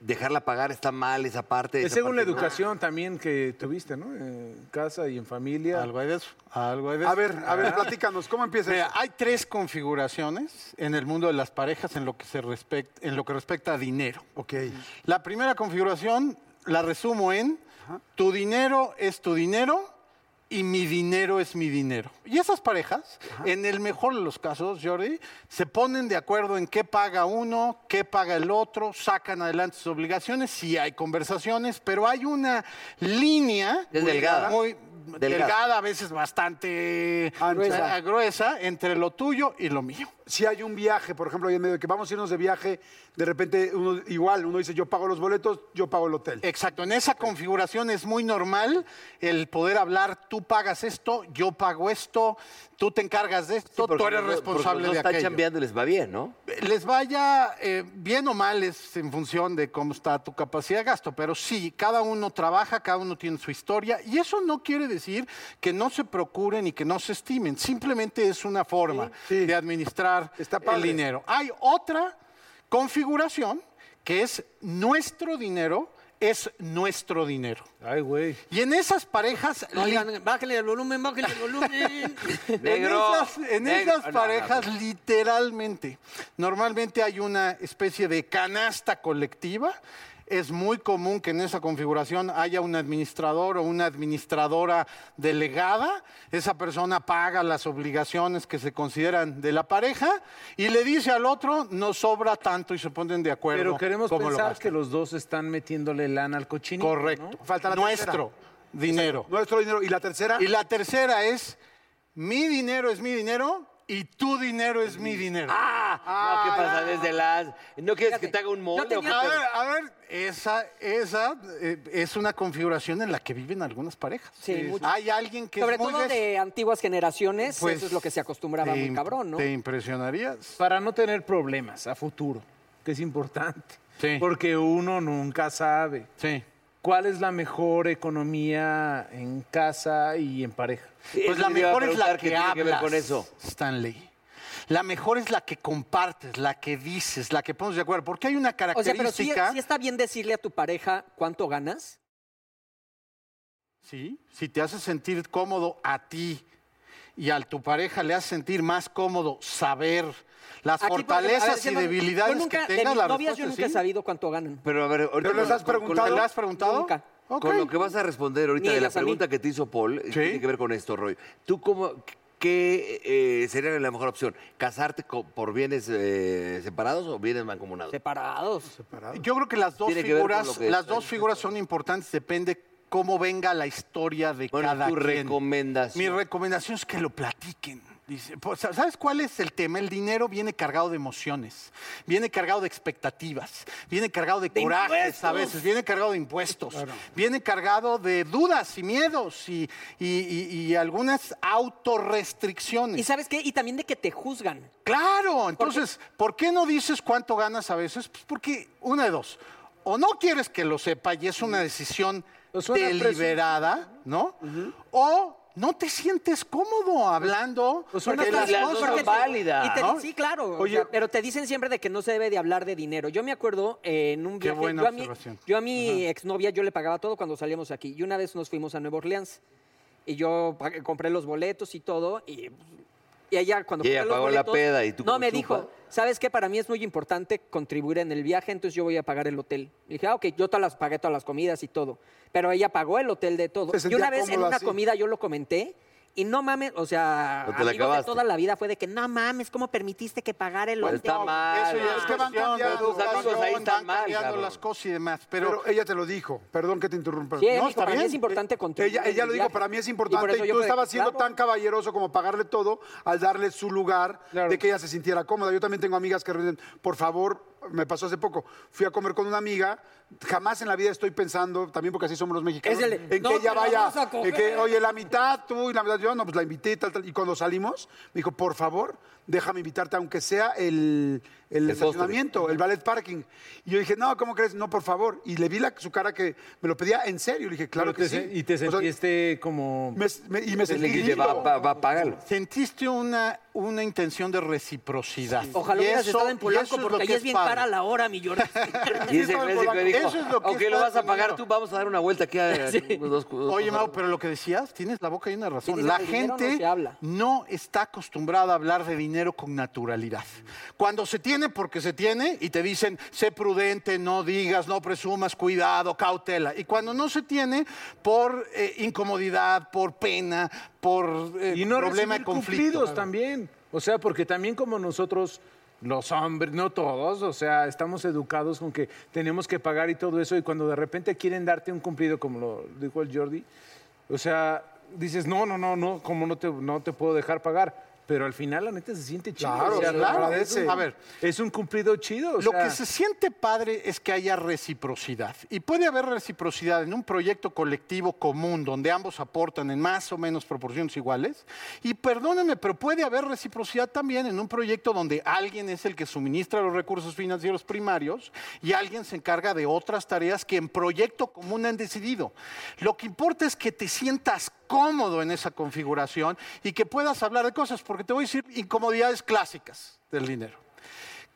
dejarla pagar está mal esa parte.
Es
esa
según la
parte no.
educación también que tuviste, ¿no? En casa y en familia.
Algo hay de eso. Algo hay de eso.
A ver, a ver, platícanos, ¿cómo empieza
Mira,
eso?
hay tres configuraciones en el mundo de las parejas en lo que se respect- en lo que respecta a dinero.
Ok.
La primera configuración la resumo en tu dinero es tu dinero y mi dinero es mi dinero. Y esas parejas, en el mejor de los casos, Jordi, se ponen de acuerdo en qué paga uno, qué paga el otro, sacan adelante sus obligaciones, sí hay conversaciones, pero hay una línea
Es delgada.
muy
Delgada. Ah.
delgada, a veces bastante
Gruesa.
gruesa. gruesa entre lo tuyo y lo mío.
Si hay un viaje, por ejemplo, ahí en medio de que vamos a irnos de viaje, de repente uno igual, uno dice yo pago los boletos, yo pago el hotel.
Exacto, en esa configuración es muy normal el poder hablar, tú pagas esto, yo pago esto, tú te encargas de
Sí,
esto,
porque
tú eres
cuando- porque
responsable
cuando
de
están
aquello.
chambeando y les va bien, ¿no?
Les vaya eh, bien o mal es en función de cómo está tu capacidad de gasto, pero sí, cada uno trabaja, cada uno tiene su historia y eso no quiere decir que no se procuren y que no se estimen, simplemente es una forma de administrar
Está
el
padre.
dinero. Hay otra configuración que es nuestro dinero, es nuestro dinero.
Ay, güey.
Y en esas parejas
Oigan, bájale el volumen, bájale el volumen.
Negro,
en esas, en
negro.
esas
No, no, no.
parejas, literalmente, normalmente hay una especie de canasta colectiva. Es muy común que en esa configuración haya un administrador o una administradora delegada. Esa persona paga las obligaciones que se consideran de la pareja y le dice al otro, nos sobra tanto y se ponen de acuerdo.
Pero queremos
cómo lo
pensar
gastan.
que los dos están metiéndole lana al cochinito.
Correcto.
¿no?
Falta la
Nuestro dinero.
Nuestro dinero. ¿Y la tercera?
Y la tercera es, mi dinero es mi dinero y tu dinero es mi dinero.
¡Ah! no, ¿qué pasa desde las...? ¿No quieres que te haga un mono?
Yo tenía-
A ver, a ver, esa, esa eh, es una configuración en la que viven algunas parejas.
Sí, mucho.
Hay alguien que
Sobre
es muy
todo
des-
de antiguas generaciones,
pues,
eso es lo que se acostumbraba
te
muy
im-
cabrón, ¿no?
Te impresionarías.
Para no tener problemas a futuro, que es importante.
Sí.
Porque uno nunca sabe
Sí.
cuál es la mejor economía en casa y en pareja.
Pues la mejor es la que,
tiene
hablas,
que ver con eso.
Stanley. La mejor es la que compartes, la que dices, la que pones de acuerdo. Porque hay una
O sea, pero
característica.
sí, sí está bien decirle a tu pareja cuánto ganas.
Sí, si te hace sentir cómodo a ti y a tu pareja le hace sentir más cómodo saber las
Aquí, por ejemplo, a ver,
fortalezas
siendo-
y debilidades
yo nunca,
que
de
tengas.
mis
la
novias yo
respuesta
nunca
es
he
sí.
sabido cuánto ganan.
Pero a ver, ahorita...
¿Pero les
con-
has
con-
preguntado?
¿Te la has preguntado?
Nunca.
Ok.
Con lo que vas a responder ahorita
Ni
de la
ellas a mí.
pregunta que te hizo Paul, eh, tiene que ver con esto, Roy. ¿Tú cómo, qué eh, sería la mejor opción? ¿Casarte co- por bienes eh, separados o bienes mancomunados?
Separados.
Yo creo que las dos
Tiene que ver con lo
figuras,
que
las
estoy
dos figuras son importantes, depende cómo venga la historia de
Bueno,
cada
tu
quien.
recomendación.
Mi recomendación es que lo platiquen. Dice, pues, ¿sabes cuál es el tema? El dinero viene cargado de emociones, viene cargado de expectativas, viene cargado de, corajes a veces, viene cargado de impuestos, viene cargado de dudas y miedos y, y- y- y algunas autorrestricciones.
¿Y sabes qué? Y también de que te juzgan.
Claro, entonces, ¿por qué no dices cuánto ganas a veces? Pues porque una de dos, o no quieres que lo sepa y es una decisión
Pues suena
deliberada, ¿no? O no te sientes cómodo hablando
Pues suena
de
que
las
las dos
cosas.
son válidas.
y te-
¿no?
Sí, claro. o
Oye-
sea, pero te dicen siempre de que no se debe de hablar de dinero. Yo me acuerdo eh, en un
Qué
viaje.
buena
yo, a mi,
observación.
yo a mi exnovia yo le pagaba todo cuando salíamos aquí. Y una vez nos fuimos a Nueva Orleans. Y yo pa- compré los boletos y todo. Y, y ella cuando
Y ella
compré los
pagó la
boletos,
peda, ¿y tú
No,
como
me
chupa?
dijo, ¿sabes qué? Para mí es muy importante contribuir en el viaje, entonces yo voy a pagar el hotel. Le dije, ah, ok, yo todas las pagué todas las comidas y todo. Pero ella pagó el hotel de todo.
Se
Y una
sentía
vez en
cómoda
una
así.
comida yo lo comenté. Y no mames, o sea,
No te la
amigos de
acabaste.
toda la vida fue de que no mames, ¿cómo permitiste que pagara el
Pues
hotel?
está mal.
Eso ya es que van
cuestión de
cambiando,
tus amigos ahí
van
están mal,
cambiando
cabrón.
las cosas y demás, pero...
Pero ella te lo dijo. Perdón que te interrumpa.
Sí, él
No,
dijo,
está
para mí
bien.
es importante contribuir.
Ella,
en
ella
el
lo dijo,
viaje".
para mí es
por
importante.
eso
Y,
yo
tú
fue de
estabas
que,
siendo
claro.
tan caballeroso como pagarle todo al darle su lugar
Claro.
de que ella se sintiera cómoda. Yo también tengo amigas que dicen, por favor, me pasó hace poco, fui a comer con una amiga, jamás en la vida estoy pensando, también porque así somos los mexicanos,
Es el-
en
"No,
que ella
pero
vaya,
vamos a coger".
en que, oye, la mitad tú y la mitad yo, no, pues la invité y tal, tal. Y cuando salimos, me dijo, por favor, déjame invitarte, aunque sea el, el
El postre.
estacionamiento, el ballet parking. Y yo dije, no, ¿cómo crees? No, por favor. Y le vi la- su cara que me lo pedía en serio. Le dije, claro
Pero
que
te se-
sí.
Y te
O sea,
sentiste como...
me- me- y me sentí
Dice, va,
lindo.
va, va, págalo.
¿Sentiste una, una intención de reciprocidad.
Ojalá
Y
hubieras
eso-
estado en
y
Polanco
eso lo
porque
que
ahí es bien
padre.
cara la hora, mi Jordi.
Y ese
Eso es
clásico
lo-
dijo,
eso es lo que
aunque lo
está
vas a pagar
poniendo".
tú, vamos a dar una vuelta aquí a unos dos- dos-
Oye,
dos-
Mau, pero lo que decías, tienes la boca y una razón.
Sí, dice,
la
de dinero no
gente
se habla.
no está acostumbrada a hablar de dinero con naturalidad. Cuando se tiene, porque se tiene, y te dicen, sé prudente, no digas, no presumas, cuidado, cautela. Y cuando no se tiene, por eh, incomodidad, por pena, por eh,
y no
problema de
recibir
conflicto.
cumplidos también. O sea, porque también como nosotros, los hombres, no todos, o sea, estamos educados con que tenemos que pagar y todo eso, y cuando de repente quieren darte un cumplido, como lo dijo el Jordi, o sea, dices, no, no, no, no, como no te, no te puedo dejar pagar. Pero al final la neta se siente chido.
Claro,
o sea,
sí, claro.
agradece.
A ver.
Es un cumplido chido. o
Lo
sea.
que se siente padre es que haya reciprocidad. Y puede haber reciprocidad en un proyecto colectivo común donde ambos aportan en más o menos proporciones iguales. Y perdónenme, pero puede haber reciprocidad también en un proyecto donde alguien es el que suministra los recursos financieros primarios y alguien se encarga de otras tareas que en proyecto común han decidido. Lo que importa es que te sientas cómodo en esa configuración y que puedas hablar de cosas, porque te voy a decir incomodidades clásicas del dinero.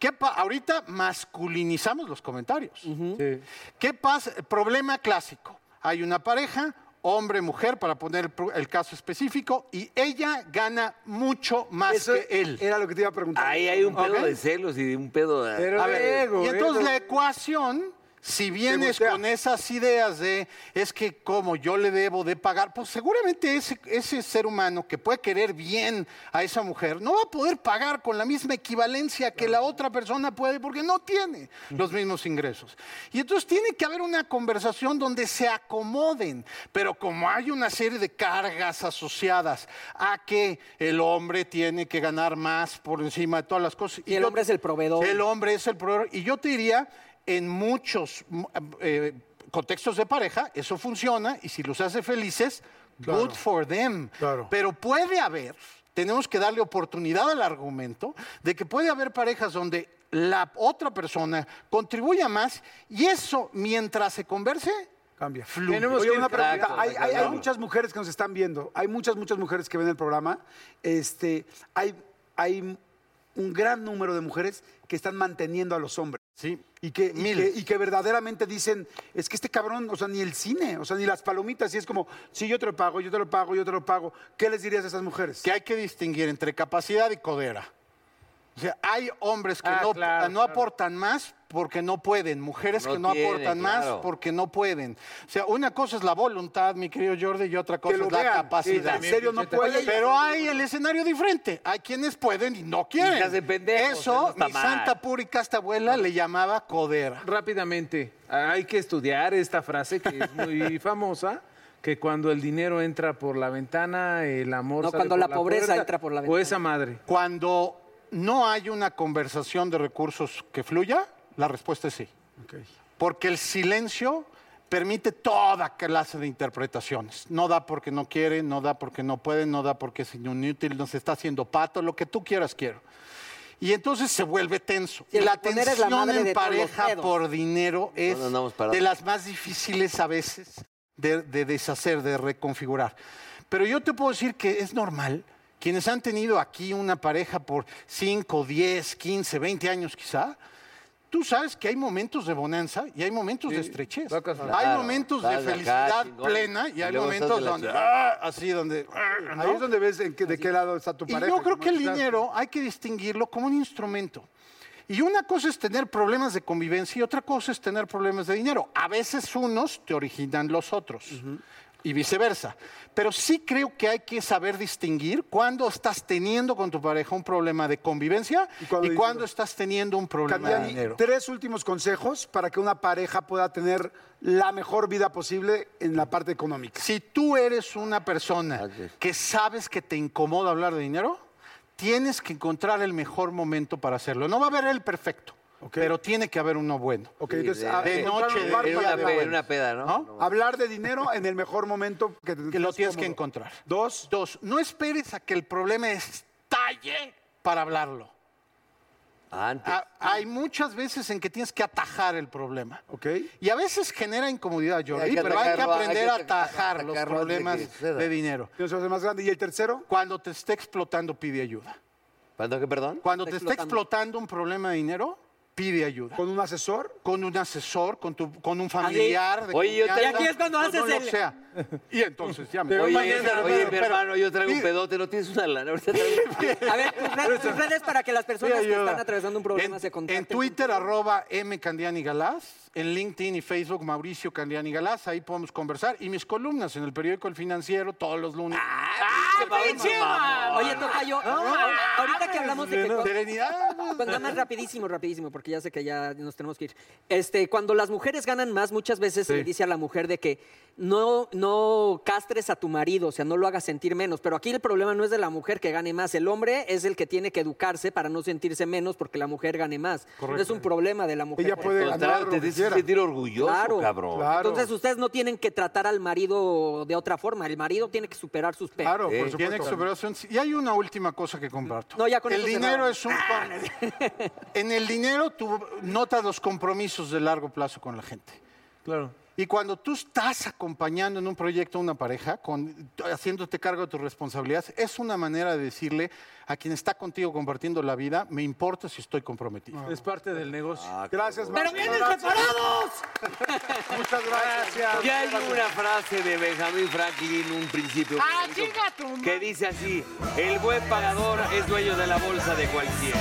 ¿Qué pa- ahorita masculinizamos los comentarios.
Sí.
¿Qué pasa? Problema clásico. Hay una pareja, hombre-mujer, para poner el, pro- el caso específico, y ella gana mucho más
Eso
que él.
era lo que te iba a preguntar.
Ahí hay un pedo
Ok.
de celos y de un pedo de...
Pero
A ver,
ego,
y entonces
ego.
la ecuación, si vienes
voltea.
con esas ideas de es que como yo le debo de pagar, pues seguramente ese, este ese ser humano que puede querer bien a esa mujer no va a poder pagar con la misma equivalencia que la otra persona puede porque no tiene los mismos ingresos. Y entonces tiene que haber una conversación donde se acomoden, pero como hay una serie de cargas asociadas a que el hombre tiene que ganar más por encima de todas las cosas.
Y el
yo-
hombre es el proveedor.
El hombre es el proveedor. Y yo te diría, en muchos mm, eh, contextos de pareja, eso funciona y si los hace felices, good for them.
Claro.
Pero puede haber, tenemos que darle oportunidad al argumento, de que puede haber parejas donde la otra persona contribuya más y eso mientras se converse
Cambia.
fluye.
Tenemos Oye, una pregunta.
Exacto,
hay, hay- hay
claro.
muchas mujeres que nos están viendo. Hay muchas, muchas mujeres que ven el programa. Este, hay, hay un gran número de mujeres que están manteniendo a los hombres.
Sí.
Y que, y
Miles.
que- y que verdaderamente dicen, es que este cabrón, o sea, ni el cine, o sea, ni las palomitas, y es como, sí, yo te lo pago, yo te lo pago, yo te lo pago. ¿Qué les dirías a esas mujeres?
que hay que distinguir entre capacidad y codera. O sea, hay hombres que
Ah,
no,
claro,
no
claro.
aportan más porque no pueden, mujeres
No
que no
tienen,
aportan más
claro.
porque no pueden. O sea, una cosa es la voluntad, mi querido Jordi, y otra cosa
que lo
es la
vean.
capacidad.
En serio, no
Oye,
puede.
pero hay el escenario diferente. Hay quienes pueden y no quieren.
Y se hacen pendejos, eso
Eso,
está
mi
mal.
santa pura y casta abuela le llamaba codera.
Rápidamente, hay que estudiar esta frase que es muy famosa, que cuando el dinero entra por la ventana, el amor
No,
sale
cuando
por
la pobreza
puerta,
entra por la
O
ventana.
esa madre.
Cuando no hay una conversación de recursos que fluya, la respuesta es sí. Porque el silencio permite toda clase de interpretaciones. No da porque no quiere, no da porque no puede, no da porque es inútil, nos está haciendo pato, lo que tú quieras quiero. Y entonces se vuelve tenso.
Sí, el
la
poner
tensión
es la madre de
en
todos los
pareja
pedos.
por dinero es
No andamos parados.
de las más difíciles a veces de, de deshacer, de reconfigurar. Pero yo te puedo decir que es normal. Quienes han tenido aquí una pareja por 5, 10, 15, 20 años quizá, Tú sabes que hay momentos de bonanza y hay momentos de estrechez.
vacas
hay
Claro,
momentos de
estás acá,
felicidad
chingón,
plena y
y
hay
luego estás
momentos
de la
donde,
chingada.
ah, así, donde... ah, ¿no?
Ahí es donde ves en qué- de qué lado está tu
Y
pareja.
yo creo
¿no?
que el
Claro.
dinero hay que distinguirlo como un instrumento. Y una cosa es tener problemas de convivencia y otra cosa es tener problemas de dinero. A veces unos te originan los otros y viceversa. Pero sí creo que hay que saber distinguir cuando estás teniendo con tu pareja un problema de convivencia
Y
y
cuando
cuando,
dinero.
estás teniendo un problema de
Candiani,
dinero.
tres últimos consejos para que una pareja pueda tener la mejor vida posible en la parte económica.
Si tú eres una persona
Gracias.
que sabes que te incomoda hablar de dinero, tienes que encontrar el mejor momento para hacerlo. No va a haber el perfecto, pero tiene que haber uno bueno.
Ok,
Sí,
entonces,
de-
a-
de
encontrar
noche,
un
de-
lugar
de
en,
para
una
de-
peda,
hablar.
en una peda, ¿no?
¡Ah! ¿No?
Hablar de dinero en el mejor momento que, te
Que lo
sientas
tienes que
cómodo.
encontrar.
Dos,
Dos, no esperes a que el problema estalle para hablarlo.
Antes.
A- hay muchas veces en que tienes que atajar el problema.
ok.
Y a veces genera incomodidad, Jordi,
Hay que
pero hay que
atacarlo, hay que
aprender a
ataca-
atajar los
atacarlo antes de que
problemas
suceda.
de dinero.
Yo soy más grande. ¿Y el tercero?
Cuando te esté explotando, pide ayuda.
¿Cuándo qué, perdón?
Cuando te está explotando un problema de dinero, pide ayuda. ¿Con
un asesor?
Con un asesor, con, tu, con un familiar. de
Oye, yo
confianza,
tengo- Y aquí es cuando
con
haces
lo
el-
que sea. Y entonces ya me...
Oye, oye, mi hermano, yo traigo un pedote, no tienes una lana. Ahorita traigo un
A ver, tus redes, tus redes para que las personas
Pide
que
ayuda.
están atravesando un problema
en,
se contacten.
En Twitter, arroba M Candiani Galás. En LinkedIn y Facebook, Mauricio Candiani Galás. Ahí podemos conversar. Y mis columnas en el periódico El Financiero todos los lunes.
Ah.
Oye, Tocayo, ahor- ahorita que hablamos de que...
Elena.
cu-
Serenidad.
Pues nada más rapidísimo, rapidísimo, porque ya sé que ya nos tenemos que ir. Este, cuando las mujeres ganan más, muchas veces se le dice a la mujer de que no, no castres a tu marido, o sea, no lo hagas sentir menos. Pero aquí el problema no es de la mujer que gane más. El hombre es el que tiene que educarse para no sentirse menos porque la mujer gane más. No es un problema de la mujer.
Ella puede
Al
ganar
contrario,
lo
te
que
tienes que
quiera.
sentir orgulloso, cabrón.
Claro.
Entonces ustedes no tienen que tratar al marido de otra forma. El marido tiene que superar sus penas.
¿eh?
Claro, por Tiene que superarse un- Y hay una última cosa que comparto.
No, ya con
el
eso
dinero
cerramos.
Ah,
es un... en el dinero tú notas los compromisos de largo plazo con la gente.
Claro.
Y cuando tú estás acompañando en un proyecto a una pareja, con- haciéndote cargo de tus responsabilidades, es una manera de decirle a quien está contigo compartiendo la vida, me importa si estoy comprometido.
Es parte del negocio.
Gracias, Mauricio. Muchas gracias.
Ya hay una frase de Benjamin Franklin, un principio.
Ah,
que dijo- Que dice así: el buen pagador es dueño de la bolsa de cualquiera.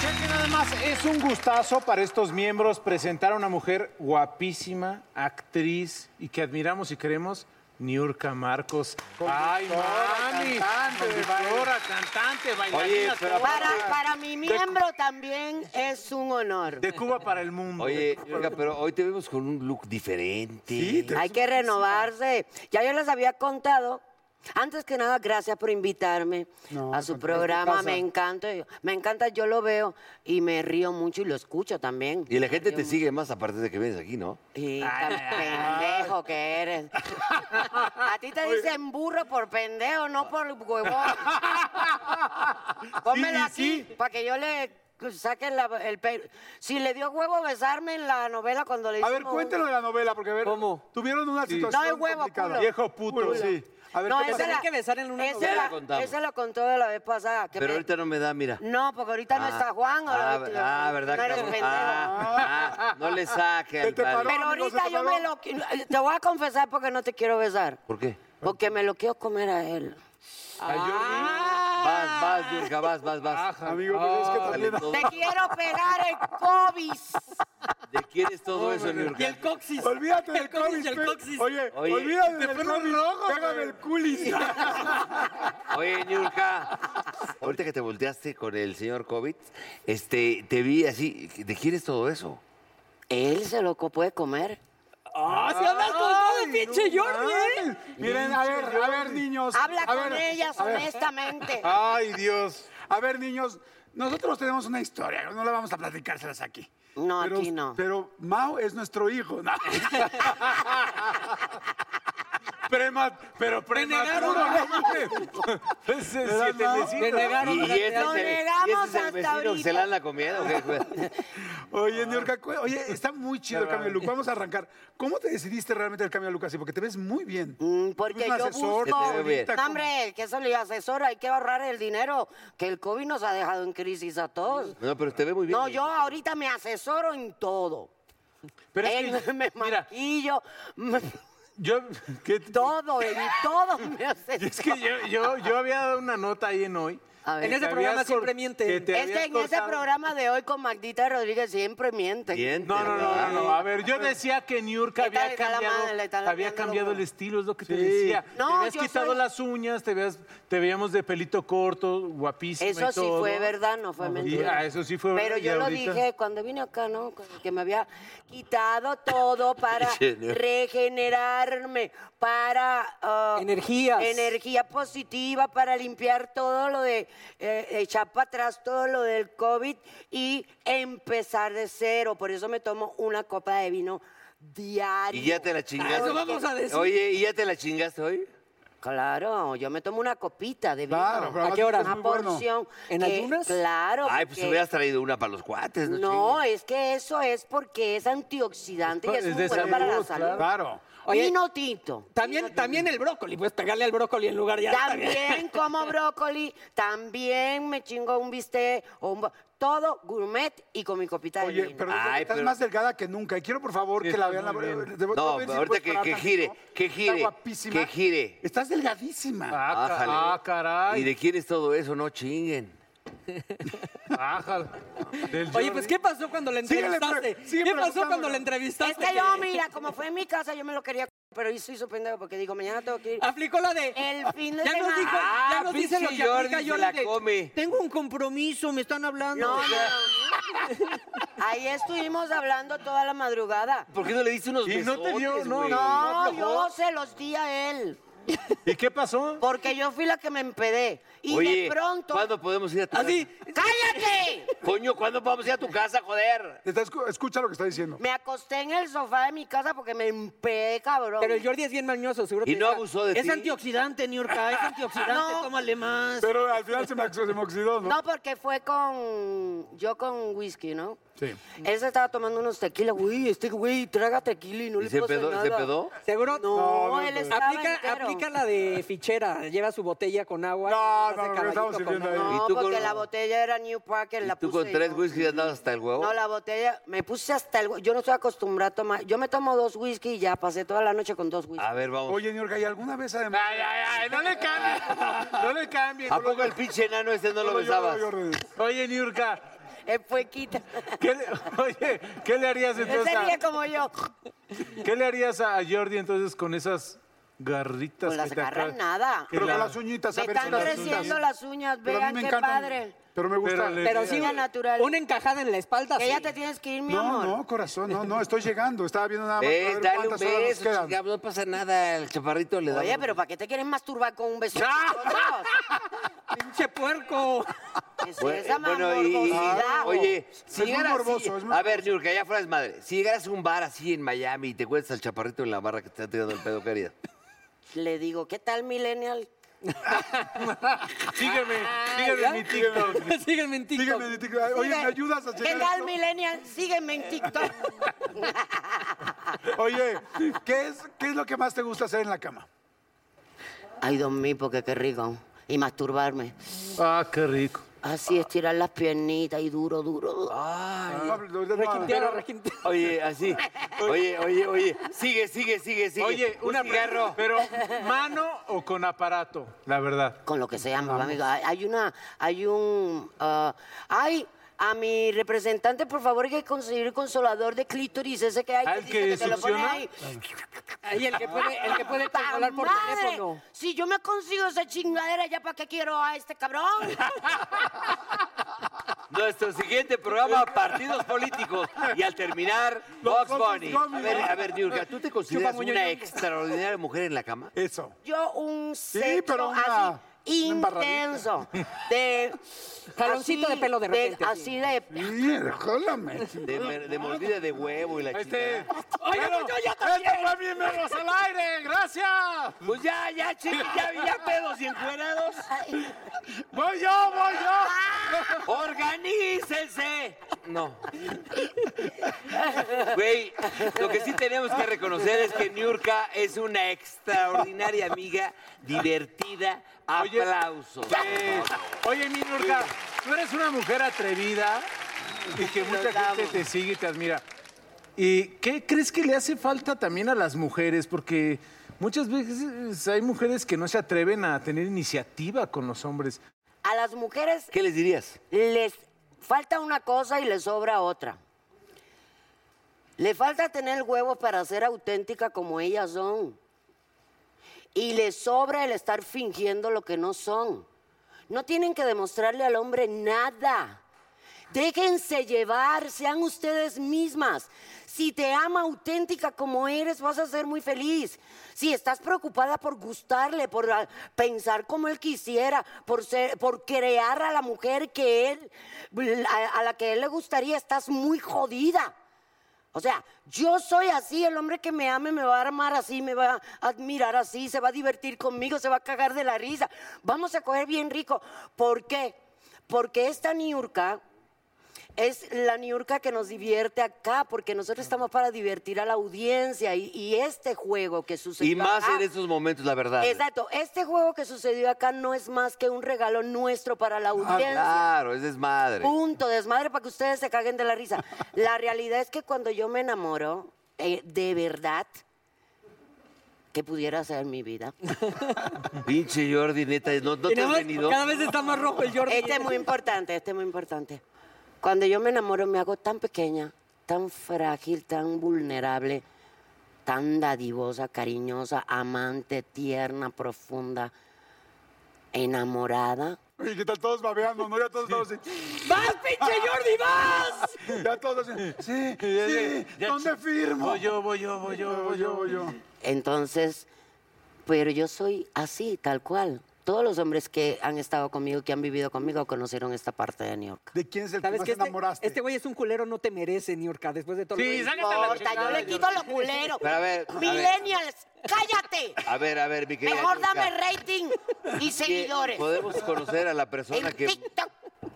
Cheque nada más, es un gustazo para estos miembros presentar a una mujer guapísima, actriz y que admiramos y queremos, Niurka Marcos. ¡Ay, mami! Conductora, cantante, bailarina. todo.
para,
"Ah,
para mi miembro también es un honor.
De Cuba para el mundo.
Oye, Olga, pero hoy te vemos con un look diferente.
Hay que renovarse. Ya yo les había contado. Antes que nada, gracias por invitarme a su programa.
pasa?
Me encanta. yo- Me encanta, yo lo veo y me río mucho y lo escucho también.
Y la gente
Me
te
río
sigue más aparte de que vienes aquí, ¿no?
Sí, tan pendejo que eres. A ti te dicen burro por pendejo, no por huevón. Pónmelo aquí para que yo le saque la- el pelo. Si le dio huevo besarme en la novela cuando le
A ver,
hicimos-
cuéntalo de la novela, porque a ver, tuvieron una situación
No hay huevo,
complicada.
culo.
Viejo puto,
Culo.
sí. A ver,
no,
¿qué
esa
pasó?
la,
que besar en una
esa
novela.
la-
Ya lo contamos.
esa lo contó de la vez pasada. que
Pero
me-
ahorita no me da, mira.
No, porque ahorita no
Ah,
está Juan.
Ah,
ahorita-
ah, ¿verdad?
No eres
cabrón?
pendejo.
Ah, ah, no le saque al
Pero
padre.
ahorita yo me lo... qui- Te voy a confesar porque no te quiero besar.
¿Por qué?
Porque me lo quiero comer a él. Ah.
Vas, vas, Niurka, vas, vas, vas.
Amigo, pues es que también...
Dale, todo-
Te quiero pegar el cobis.
¿De quién es todo eso, Niurka?
coxis.
Olvídate del COVID. pe- Oye,
Oye.
olvídate del COVID. Pégame el culis.
Oye, Niurka, ahorita que te volteaste con el señor COVID, este, te vi así, ¿de quién es todo eso?
Él se lo co- puede comer.
¡Ah, se habla con todo el pinche Jordi! ¿eh?
Miren, a ver, a ver, niños.
Habla
a
con este.
ver,
ellas
a ver. Ah.
honestamente.
Ay, Dios. A ver, niños, nosotros tenemos una historia, no la vamos a platicárselas aquí.
No,
Pero-
aquí no.
Pero Mao es nuestro hijo, ¿no? Prema- pero prematuro, no mames.
Ese es
¿Verdad,
siete
Mau?
necesitas.
Te negaron
Y, y
la
ese es
Lo
el,
negamos
y ese es el
hasta
vecino que se
ahorita.
la anda comiendo. ¿qué, güey?
Oye, Niurka, cu- oye, está muy chido el cambio de look. Vamos a arrancar. ¿Cómo te decidiste realmente el cambio de look así? Porque te ves muy bien.
Mm, Porque
Tú eres
yo
un asesor,
busco...
te veo bien.
No, hombre, que eso le asesora, hay que ahorrar el dinero, que el COVID nos ha dejado en crisis a todos.
No, pero te ve muy bien.
No, yo ahorita me asesoro en todo.
Pero es
Él
que-
me
mira,
maquillo, me-
yo, ¿qué te-
todo, en todo me asesoro.
es que yo, yo, yo había dado una nota ahí en hoy.
A ver.
En ese
Que
programa
habías col-
siempre mienten.
que te
Es que
habías
en ese
cortado-
programa de hoy con Magdita Rodríguez siempre miente.
Diente,
No, no, no,
¿verdad?
no, no. A ver, yo decía que Niurka
Le está-
había
le está la
cambiado,
madre, le está
había
lameando
cambiado
los-
el estilo, es lo que te decía.
No,
te habías
yo
quitado
soy-
las uñas, te, veías- te veíamos de pelito corto, guapísimo
Eso
y
sí
todo.
fue verdad, no fue
Y-
mentira.
ah, eso sí fue verdad,
Pero
y
yo lo
ahorita-
dije cuando vine acá, ¿no? Que me había quitado todo para
Genio.
regenerarme, para... ah,
Energías.
Energía positiva para limpiar todo lo de... eh, echar para atrás todo lo del COVID y empezar de cero. Por eso me tomo una copa de vino diario.
Y ya te la chingaste.
Eso vamos a decir.
Oye, ¿y ya te la chingaste hoy?
Claro, yo me tomo una copita de vino.
Claro, pero
¿A qué
además es
hora?
muy
Una
bueno.
porción.
¿En
que-
ayunas?
Claro.
Ay, pues
porque-
hubieras traído una para los cuates, ¿no?
No, es que eso es porque es antioxidante y es, muy bueno para la salud. Vino tinto.
También, también el brócoli, pues pegarle al brócoli en lugar ya.
También como brócoli, también me chingo un bistec, o un bo- todo gourmet y con mi copita de
Oye,
vino.
pero estás más delgada que nunca. Y quiero, por favor, que la vean. La, de- de-
No,
ver si
ahorita
puedes
que-
parar
que
tantito.
gire, que gire,
pues Está guapísima.
que gire.
Estás delgadísima.
Ájale.
ah, caray.
¿Y de quién es todo eso? No chinguen.
Ajá.
Oye, pues, ¿qué pasó cuando le
Síguele,
entrevistaste?
pre- sigue
¿Qué pasó
preguntándole.
cuando le entrevistaste?
Es que yo, mira, como fue en mi casa, yo me lo quería, c- pero yo soy su pendejo porque digo, mañana tengo que ir.
Aplicó la de.
El fin de
Ya nos
semana.
dijo, ya nos dice lo que aplica Jordi de, Tengo un compromiso, me están hablando.
No, Ahí estuvimos hablando toda la madrugada.
¿Por qué no le diste unos
Y no te dio,
besotes,
no,
güey?
No, yo se los di a él.
¿Y qué pasó?
Porque yo fui la que me empedé. Y
Oye,
de pronto.
¿cuándo podemos ir a tu casa?
¡Cállate!
Coño, ¿cuándo podemos ir a tu casa, joder?
Escucha lo que está diciendo.
Me acosté en el sofá de mi casa porque me empedé, cabrón.
Pero el Jordi es bien mañoso, seguro
¿Y
te
no
dirá,
abusó de
Es
ti?
antioxidante, Niurka, es antioxidante,
No.
tómale más.
Pero al final se me, se me oxidó, ¿no?
No, porque fue con. Yo con whisky, ¿no?
Sí.
Él se estaba tomando unos tequila, güey, este güey traga tequila y no
¿Y
le
se
pasa
pedó-
nada.
se pedó?
¿Seguro?
No, No, no, él no. estaba
aplica,
entero.
aplica la de fichera, lleva su botella con agua.
No,
y
no,
hace
no,
caballito
estamos
con
sirviendo
agua.
ahí.
No,
¿Y tú
porque
con-
la botella era New Parker, la
Tú
puse
con tres
yo.
whisky andabas hasta el huevo.
No, la botella, me puse hasta el... hue- Yo no estoy acostumbrada a tomar... Yo me tomo dos whisky y ya pasé toda la noche con dos whisky.
A ver, vamos.
Oye, Niurka, ¿y alguna vez además?
Ay, ay, ay, no le cambies. No le cambies.
¿A poco el pinche enano este no lo
Solo yo,
besabas?
Jordi.
Oye, Niurka,
Es puequita.
¿qué le- oye, ¿qué le harías entonces?
Sería
a-
como yo.
¿Qué le harías a Jordi entonces con esas
Con
garritas
Pues las
que te acabas-
garras nada.
que
Pero
la-
con las uñitas,
Me
a ver si
están
las
creciendo
uñas.
las uñas,
Pero a mí
vean
me
qué
encantan.
padre.
Pero me gusta.
Pero le-
Pero sí,
Siga natural.
una encajada en la espalda.
Que
sí.
ya te tienes que ir, mi
No,
amor.
no, corazón, no, no, estoy llegando. Estaba viendo nada más. para
Eh,
ver
dale un
cuántas horas nos
beso,
quedan.
chingado, no pasa nada, el chaparrito le da
Oye,
un-
pero ¿para qué te quieres masturbar con un beso?
¡Pinche puerco!
Es
Bueno,
esa
bueno, y- y-
morbosidad.
oye,
Es
si
muy
llegaras,
morboso,
si-
es muy
a ver, Niurka, ya fuera es madre. Si llegaras a un bar así en Miami y te cuentas al chaparrito en la barra que te está tirando el pedo, querida.
Le digo, ¿qué tal, millennial?
Sígueme, sígueme en mi TikTok.
Sígueme en TikTok.
Sígueme, Titi. Oye, ¿me
Sigue.
ayudas a
¿Qué
llegar? a
tal,
esto?
millennial? Sígueme en TikTok.
Oye, ¿qué es, ¿qué es lo que más te gusta hacer en la cama?
Ay, Dios mío, porque qué rico. Y masturbarme.
Ah, qué rico.
Así, estirar las piernitas y duro, duro, duro.
No, no, Ah, no,
Requinteado, requinteado.
Oye, así. Oye, oye, oye. Sigue, sigue, sigue, sigue.
Oye,
un
una
cigarro.
pues Pero, ¿mano o con aparato? La verdad.
Con lo que se llama, amiga. Hay- Hay una, hay un, ah, ay, a mi representante, por favor, hay que conseguir el consolador de clítoris ese que hay.
¿Ah, el
dice
que
te lo pone
succiona?
ahí.
Ahí el que puede, el que puede
¡Ta
controlar por
madre!
teléfono.
Si yo me consigo esa chingadera, ¿ya para qué quiero a este cabrón?
Nuestro siguiente programa, partidos políticos. Y al terminar, Box Bunny. A ver, a ver, Niurka, ¿tú te consideras una extraordinaria mujer en la cama?
Eso.
Yo un sexo
pero una-
así
una embarradita.
intenso. De,
Jaloncito de pelo de repente,
así
así.
de
Mira, jálame.
De, de mordida de huevo y la
Este.
chingada.
Oye, pues yo ya
¡Esto fue Bienvenidos al aire! ¡Gracias!
Pues ya, ya, chiqui, ya, ya pedos y encuerados.
¡Voy yo, voy yo!
Ah.
¡Organícense! No. Güey, lo que sí tenemos que reconocer es que Niurka es una extraordinaria amiga, divertida.
Oye,
Aplausos.
Eh, oye, mi Nurka, tú eres una mujer atrevida y que mucha gente te sigue y te admira. ¿Y qué crees que le hace falta también a las mujeres? Porque muchas veces hay mujeres que no se atreven a tener iniciativa con los hombres.
A las mujeres
¿Qué les dirías?
les falta una cosa y les sobra otra. Le falta tener huevos para ser auténtica como ellas son. Y les sobra el estar fingiendo lo que no son. No tienen que demostrarle al hombre nada. Déjense llevar, sean ustedes mismas. Si te ama auténtica como eres, vas a ser muy feliz. Si estás preocupada por gustarle, por ah, pensar como él quisiera, por, ser, por crear a la mujer que él, a- a la que él le gustaría, estás muy jodida. O sea, yo soy así, el hombre que me ame me va a armar así, me va a admirar así, se va a divertir conmigo, se va a cagar de la risa. Vamos a coger bien rico. ¿Por qué? Porque esta niurca es la niurca que nos divierte acá, porque nosotros estamos para divertir a la audiencia y, y este juego que sucedió
Y más
acá-
en esos momentos, ah, la verdad.
Exacto, este juego que sucedió acá no es más que un regalo nuestro para la
Ah,
audiencia.
claro, es desmadre.
Punto, desmadre para que ustedes se caguen de la risa. La realidad es que cuando yo me enamoro, eh, de verdad, que pudiera ser mi vida.
Pinche Jordi, neta, no, no te has venido.
Este es muy importante, este es muy importante. Cuando yo me enamoro me hago tan pequeña, tan frágil, tan vulnerable, tan dadivosa, cariñosa, amante, tierna, profunda, enamorada.
Oye, ¿qué tal? Todos babeando, ¿no? Ya todos estamos así.
¡Vas, pinche Jordi,
vas! Ya todos así. Sí, sí, ¿dónde firmo?
Voy yo, voy yo, voy yo, voy yo, voy yo.
Entonces, pero yo soy así, tal cual. Todos los hombres que han estado conmigo, que han vivido conmigo, conocieron esta parte de New York.
¿De quién es el
¿Sabes que este, este güey es un culero, no te merece, Niurka, después de todo lo
Sí,
que hizo.
sácate la Corta, chingada, yo le Niurka. quito lo culero.
Pero a ver, a ver.
Millennials, cállate.
A ver, a ver, mi querida.
Mejor
Niurka,
dame rating y seguidores.
Podemos conocer a la persona que.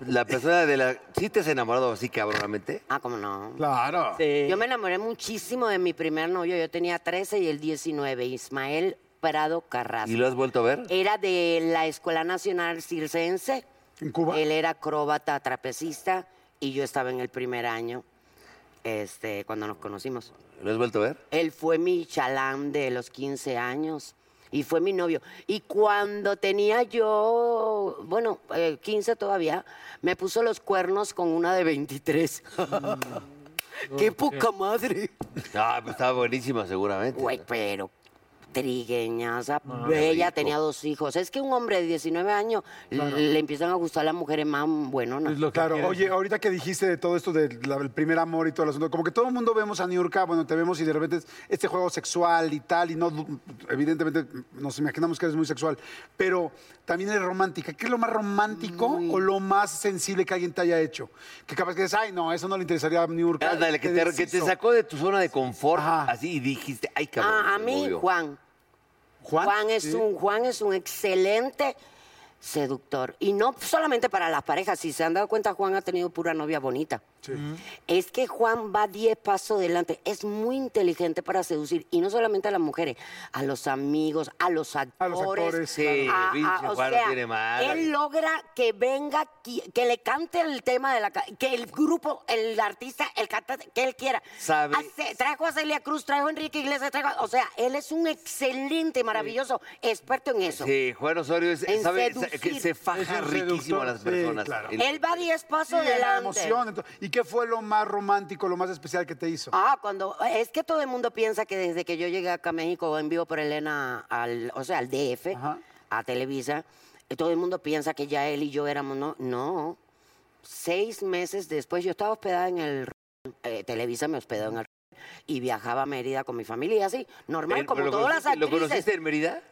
La persona de la. ¿Sí te has enamorado así cabronamente?
Ah, ¿cómo no?
Claro.
Yo me enamoré muchísimo de mi primer novio. Yo tenía 13 y el 19, Ismael Prado Carrasco.
¿Y lo has vuelto a ver?
Era de la Escuela Nacional Circense.
¿En Cuba?
Él era acróbata, trapecista, y yo estaba en el primer año este, cuando nos conocimos.
¿Lo has vuelto a ver?
Él fue mi chalán de los 15 años y fue mi novio. Y cuando tenía yo, bueno, eh, 15 todavía, me puso los cuernos con una de 23. ¡Qué poca madre!
Ah, pues estaba buenísima, seguramente.
Güey, pero trigueñaza, bella,
rico.
tenía dos hijos. Es que un hombre de 19 años
Claro.
le empiezan a gustar las mujeres más buenonas.
claro, oye, ahorita que dijiste de todo esto del la- el primer amor y todo el asunto, como que todo el mundo vemos a Niurka, bueno, te vemos y de repente es este juego sexual y tal, y no, du- evidentemente nos imaginamos que eres muy sexual, pero también eres romántica. ¿Qué es lo más romántico o lo más sensible que alguien te haya hecho? Que capaz que dices, ay, no, eso no le interesaría a Niurka.
Ándale, que te, que te
deshizo.
sacó de tu zona de confort así y dijiste, ay, cabrón.
Ah, a
me
mí,
movió.
Juan.
Juan,
es
Sí.
un Juan es un excelente seductor y no solamente para las parejas. Si se han dado cuenta, Juan ha tenido pura novia bonita. Es que Juan va 10 pasos adelante. Es muy inteligente para seducir y no solamente a las mujeres, a los amigos, a los actores. A
actores, Sí, pinche
Ah, o
Juan no
sea,
tiene madre.
Él logra que venga, qui- que le cante el tema de la, ca- que el grupo, el artista, el cantante, que él quiera.
Sabe-
Hace- trajo a Celia Cruz, trajo a Enrique Iglesias, trajo, a- o sea, él es un excelente, maravilloso experto en eso.
Sí, Juan Osorio es-
En
sabe, sa-
seducir.
que se faja
Es un
riquísimo a las
seductor, sí,
personas.
claro.
El-
Él va 10
Sí,
pasos
en la
adelante.
emoción. ento- ¿Y qué fue lo más romántico, lo más especial que te hizo?
Ah, cuando es que todo el mundo piensa que desde que yo llegué acá a México en vivo por Elena al, o sea, al DF, a Televisa, eh, todo el mundo piensa que ya él y yo éramos no, no. Seis meses después yo estaba hospedada en el eh, Televisa me hospedó en el y viajaba a Mérida con mi familia y así, normal
el-
como
¿lo
todas las
conociste-
actrices.
¿Lo conociste en Mérida?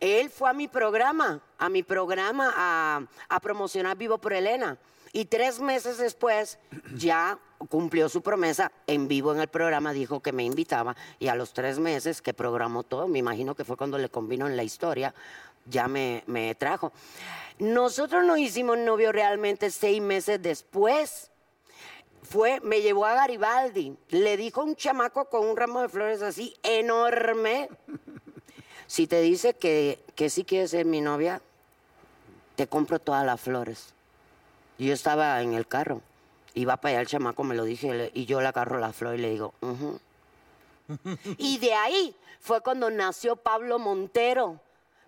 Él fue a mi programa, a mi programa a, a promocionar Vivo por Elena. Y tres meses después ya cumplió su promesa en vivo en el programa, dijo que me invitaba. Y a los tres meses que programó todo, me imagino que fue cuando le combinó en la historia, ya me, me trajo. Nosotros nos hicimos novio realmente seis meses después fue, me llevó a Garibaldi, le dijo a un chamaco con un ramo de flores así enorme. Si te dice que, que sí quieres ser mi novia, te compro todas las flores. Y Yo estaba en el carro, iba para allá el chamaco, me lo dije, le- y yo le agarro la flor y le digo, "Ujú". Y de ahí fue cuando nació Pablo Montero.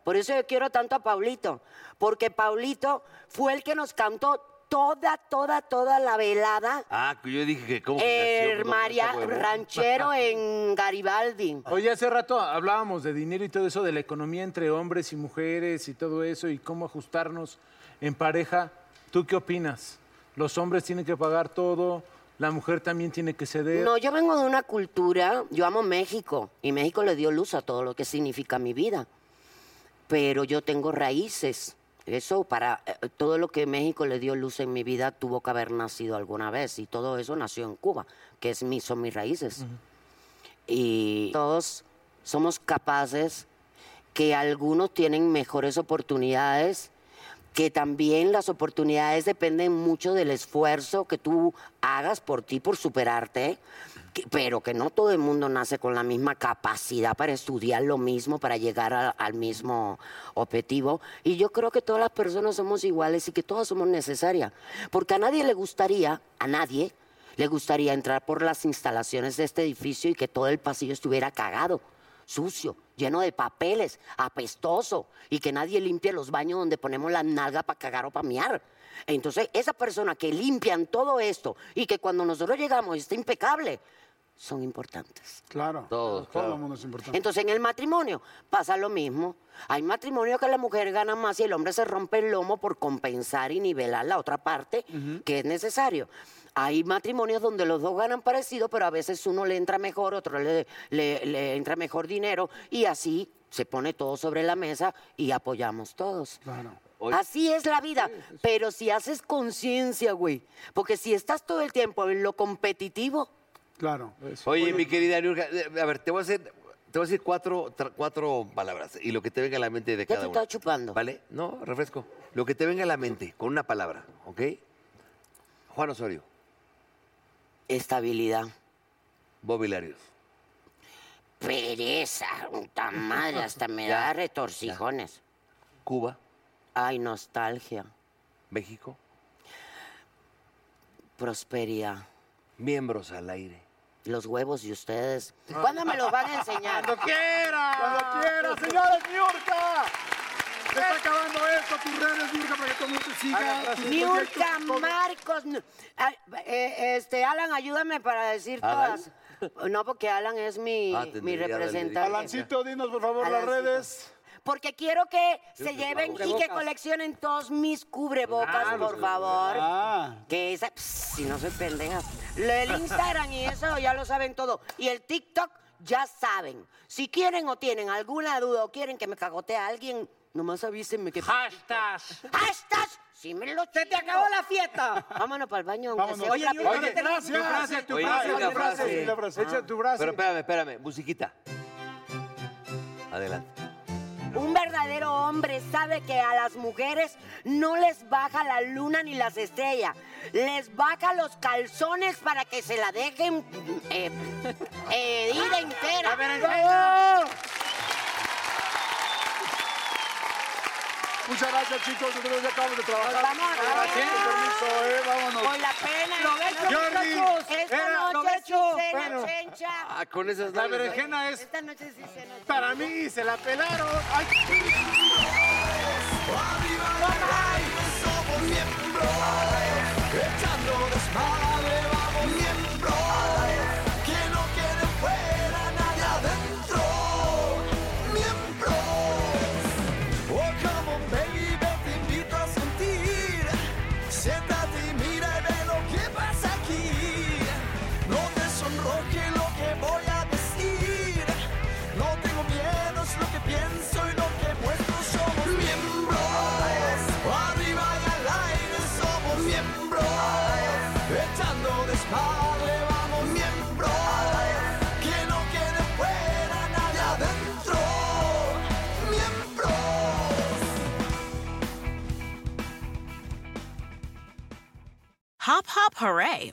Por eso yo quiero tanto a Paulito, porque Paulito fue el que nos cantó toda, toda, toda la velada
Ah, que yo dije que cómo que nació,
el
pues, no,
María
está huevón.
Ranchero en Garibaldi.
Oye, hace rato hablábamos de dinero y todo eso, de la economía entre hombres y mujeres y todo eso, y cómo ajustarnos en pareja. ¿Tú qué opinas? ¿Los hombres tienen que pagar todo? ¿La mujer también tiene que ceder?
No, yo vengo de una cultura, yo amo México y México le dio luz a todo lo que significa mi vida, pero yo tengo raíces Eso para eh, todo lo que México le dio luz en mi vida tuvo que haber nacido alguna vez y todo eso nació en Cuba, que es mi, son mis raíces. Y todos somos capaces que algunos tienen mejores oportunidades, que también las oportunidades dependen mucho del esfuerzo que tú hagas por ti, por superarte, que- pero que no todo el mundo nace con la misma capacidad para estudiar lo mismo, para llegar a- al mismo objetivo. Y yo creo que todas las personas somos iguales y que todas somos necesarias, porque a nadie le gustaría, a nadie, le gustaría entrar por las instalaciones de este edificio y que todo el pasillo estuviera cagado, sucio, lleno de papeles, apestoso, y que nadie limpie los baños donde ponemos la nalga para cagar o para miar. Entonces, esas personas que limpian todo esto y que cuando nosotros llegamos está impecable, son importantes.
Claro.
Todos,
Todo
claro.
el mundo es importante.
Entonces, en el matrimonio pasa lo mismo. Hay matrimonios que la mujer gana más y el hombre se rompe el lomo por compensar y nivelar la otra parte que es necesario. Hay matrimonios donde los dos ganan parecido, pero a veces uno le entra mejor, otro le, le- le entra mejor dinero y así se pone todo sobre la mesa y apoyamos todos.
Oye.
Así es la vida, pero si haces conciencia, güey, porque si estás todo el tiempo en lo competitivo,
Claro.
Oye, mi querida Nurka, eh, a ver, te voy a hacer, te voy a decir cuatro, tra- cuatro palabras y lo que te venga a la mente de
ya
cada
te
una.
estás chupando.
¿Vale? No, refresco. Lo que te venga a la mente, con una palabra, ¿ok? Juan Osorio,
Estabilidad.
Bobby Larios.
Pereza, puta madre, hasta me da retorcijones.
Cuba,
Ay, nostalgia,
México,
prosperidad.
miembros al aire.
Los huevos de ustedes. ¿Cuándo me los van a enseñar?
Cuando quiera. Cuando quiera, señores, Niurka. Se está acabando esto, tus redes, Niurka, para que todo el mundo te
Ah,
siga. tus proyectos,
Niurka
todo.
Marcos. no- ah, eh, este, Alan, ayúdame para decir
Alan.
todas. No, porque Alan es mi,
Ah, tendría
mi
que haberle
representante.
dicho.
Alancito, dinos por favor las
Alancito.
redes.
Porque quiero que
Yo
se
te
lleven
pago.
y que
Cubrebocas.
coleccionen todos mis cubrebocas, por favor.
Ah,
Que esa, pss, si no soy pendeja. El Instagram y eso ya lo saben todo. Y el TikTok ya saben. Si quieren o tienen alguna duda o quieren que me cagotee a alguien, nomás avísenme que. ¡Hashtag! ¡Hashtag! ¡Sí me lo ¡Se te acabó la fiesta! Vámonos para el baño, aunque
vámonos.
sea otra persona.
Oye, gracias.
tu frase, tu
Oye,
frase,
la
tu frase.
frase.
sí, la frase. Echa tu
Pero
frase.
espérame, espérame, musiquita. Adelante.
Un verdadero hombre sabe que a las mujeres no les baja la luna ni las estrellas. Les baja los calzones para que se la dejen eh, eh, ir entera.
Muchas gracias, chicos. Nosotros ya acabamos de trabajar.
Nos vamos a la
Gracias,
verga.
con permiso, eh, vámonos.
Con la pena.
Jordi,
Esta
era
noche sí
provecho,
cena,
pero-
chencha.
Ah, con esas
La
labias, ¿eh?
berenjena es
Esta noche sí cena, chencha.
para mí, se la pelaron. Ay,
Arriba el aire, somos miembros. Echando desmadre, vamos miembros. Que no quede fuera nadie adentro. Miembros. Oh, come on, baby, te invito a sentir. Siéntate y mira y ve lo que pasa aquí. No te sonroje lo que voy a decir. No tengo miedo, es lo que pienso y lo que muestro. Somos miembros. Arriba y al aire somos miembros. Echando desmadre vamos miembros. Que no quede fuera nadie adentro. Miembros.
Hop, hop, hooray!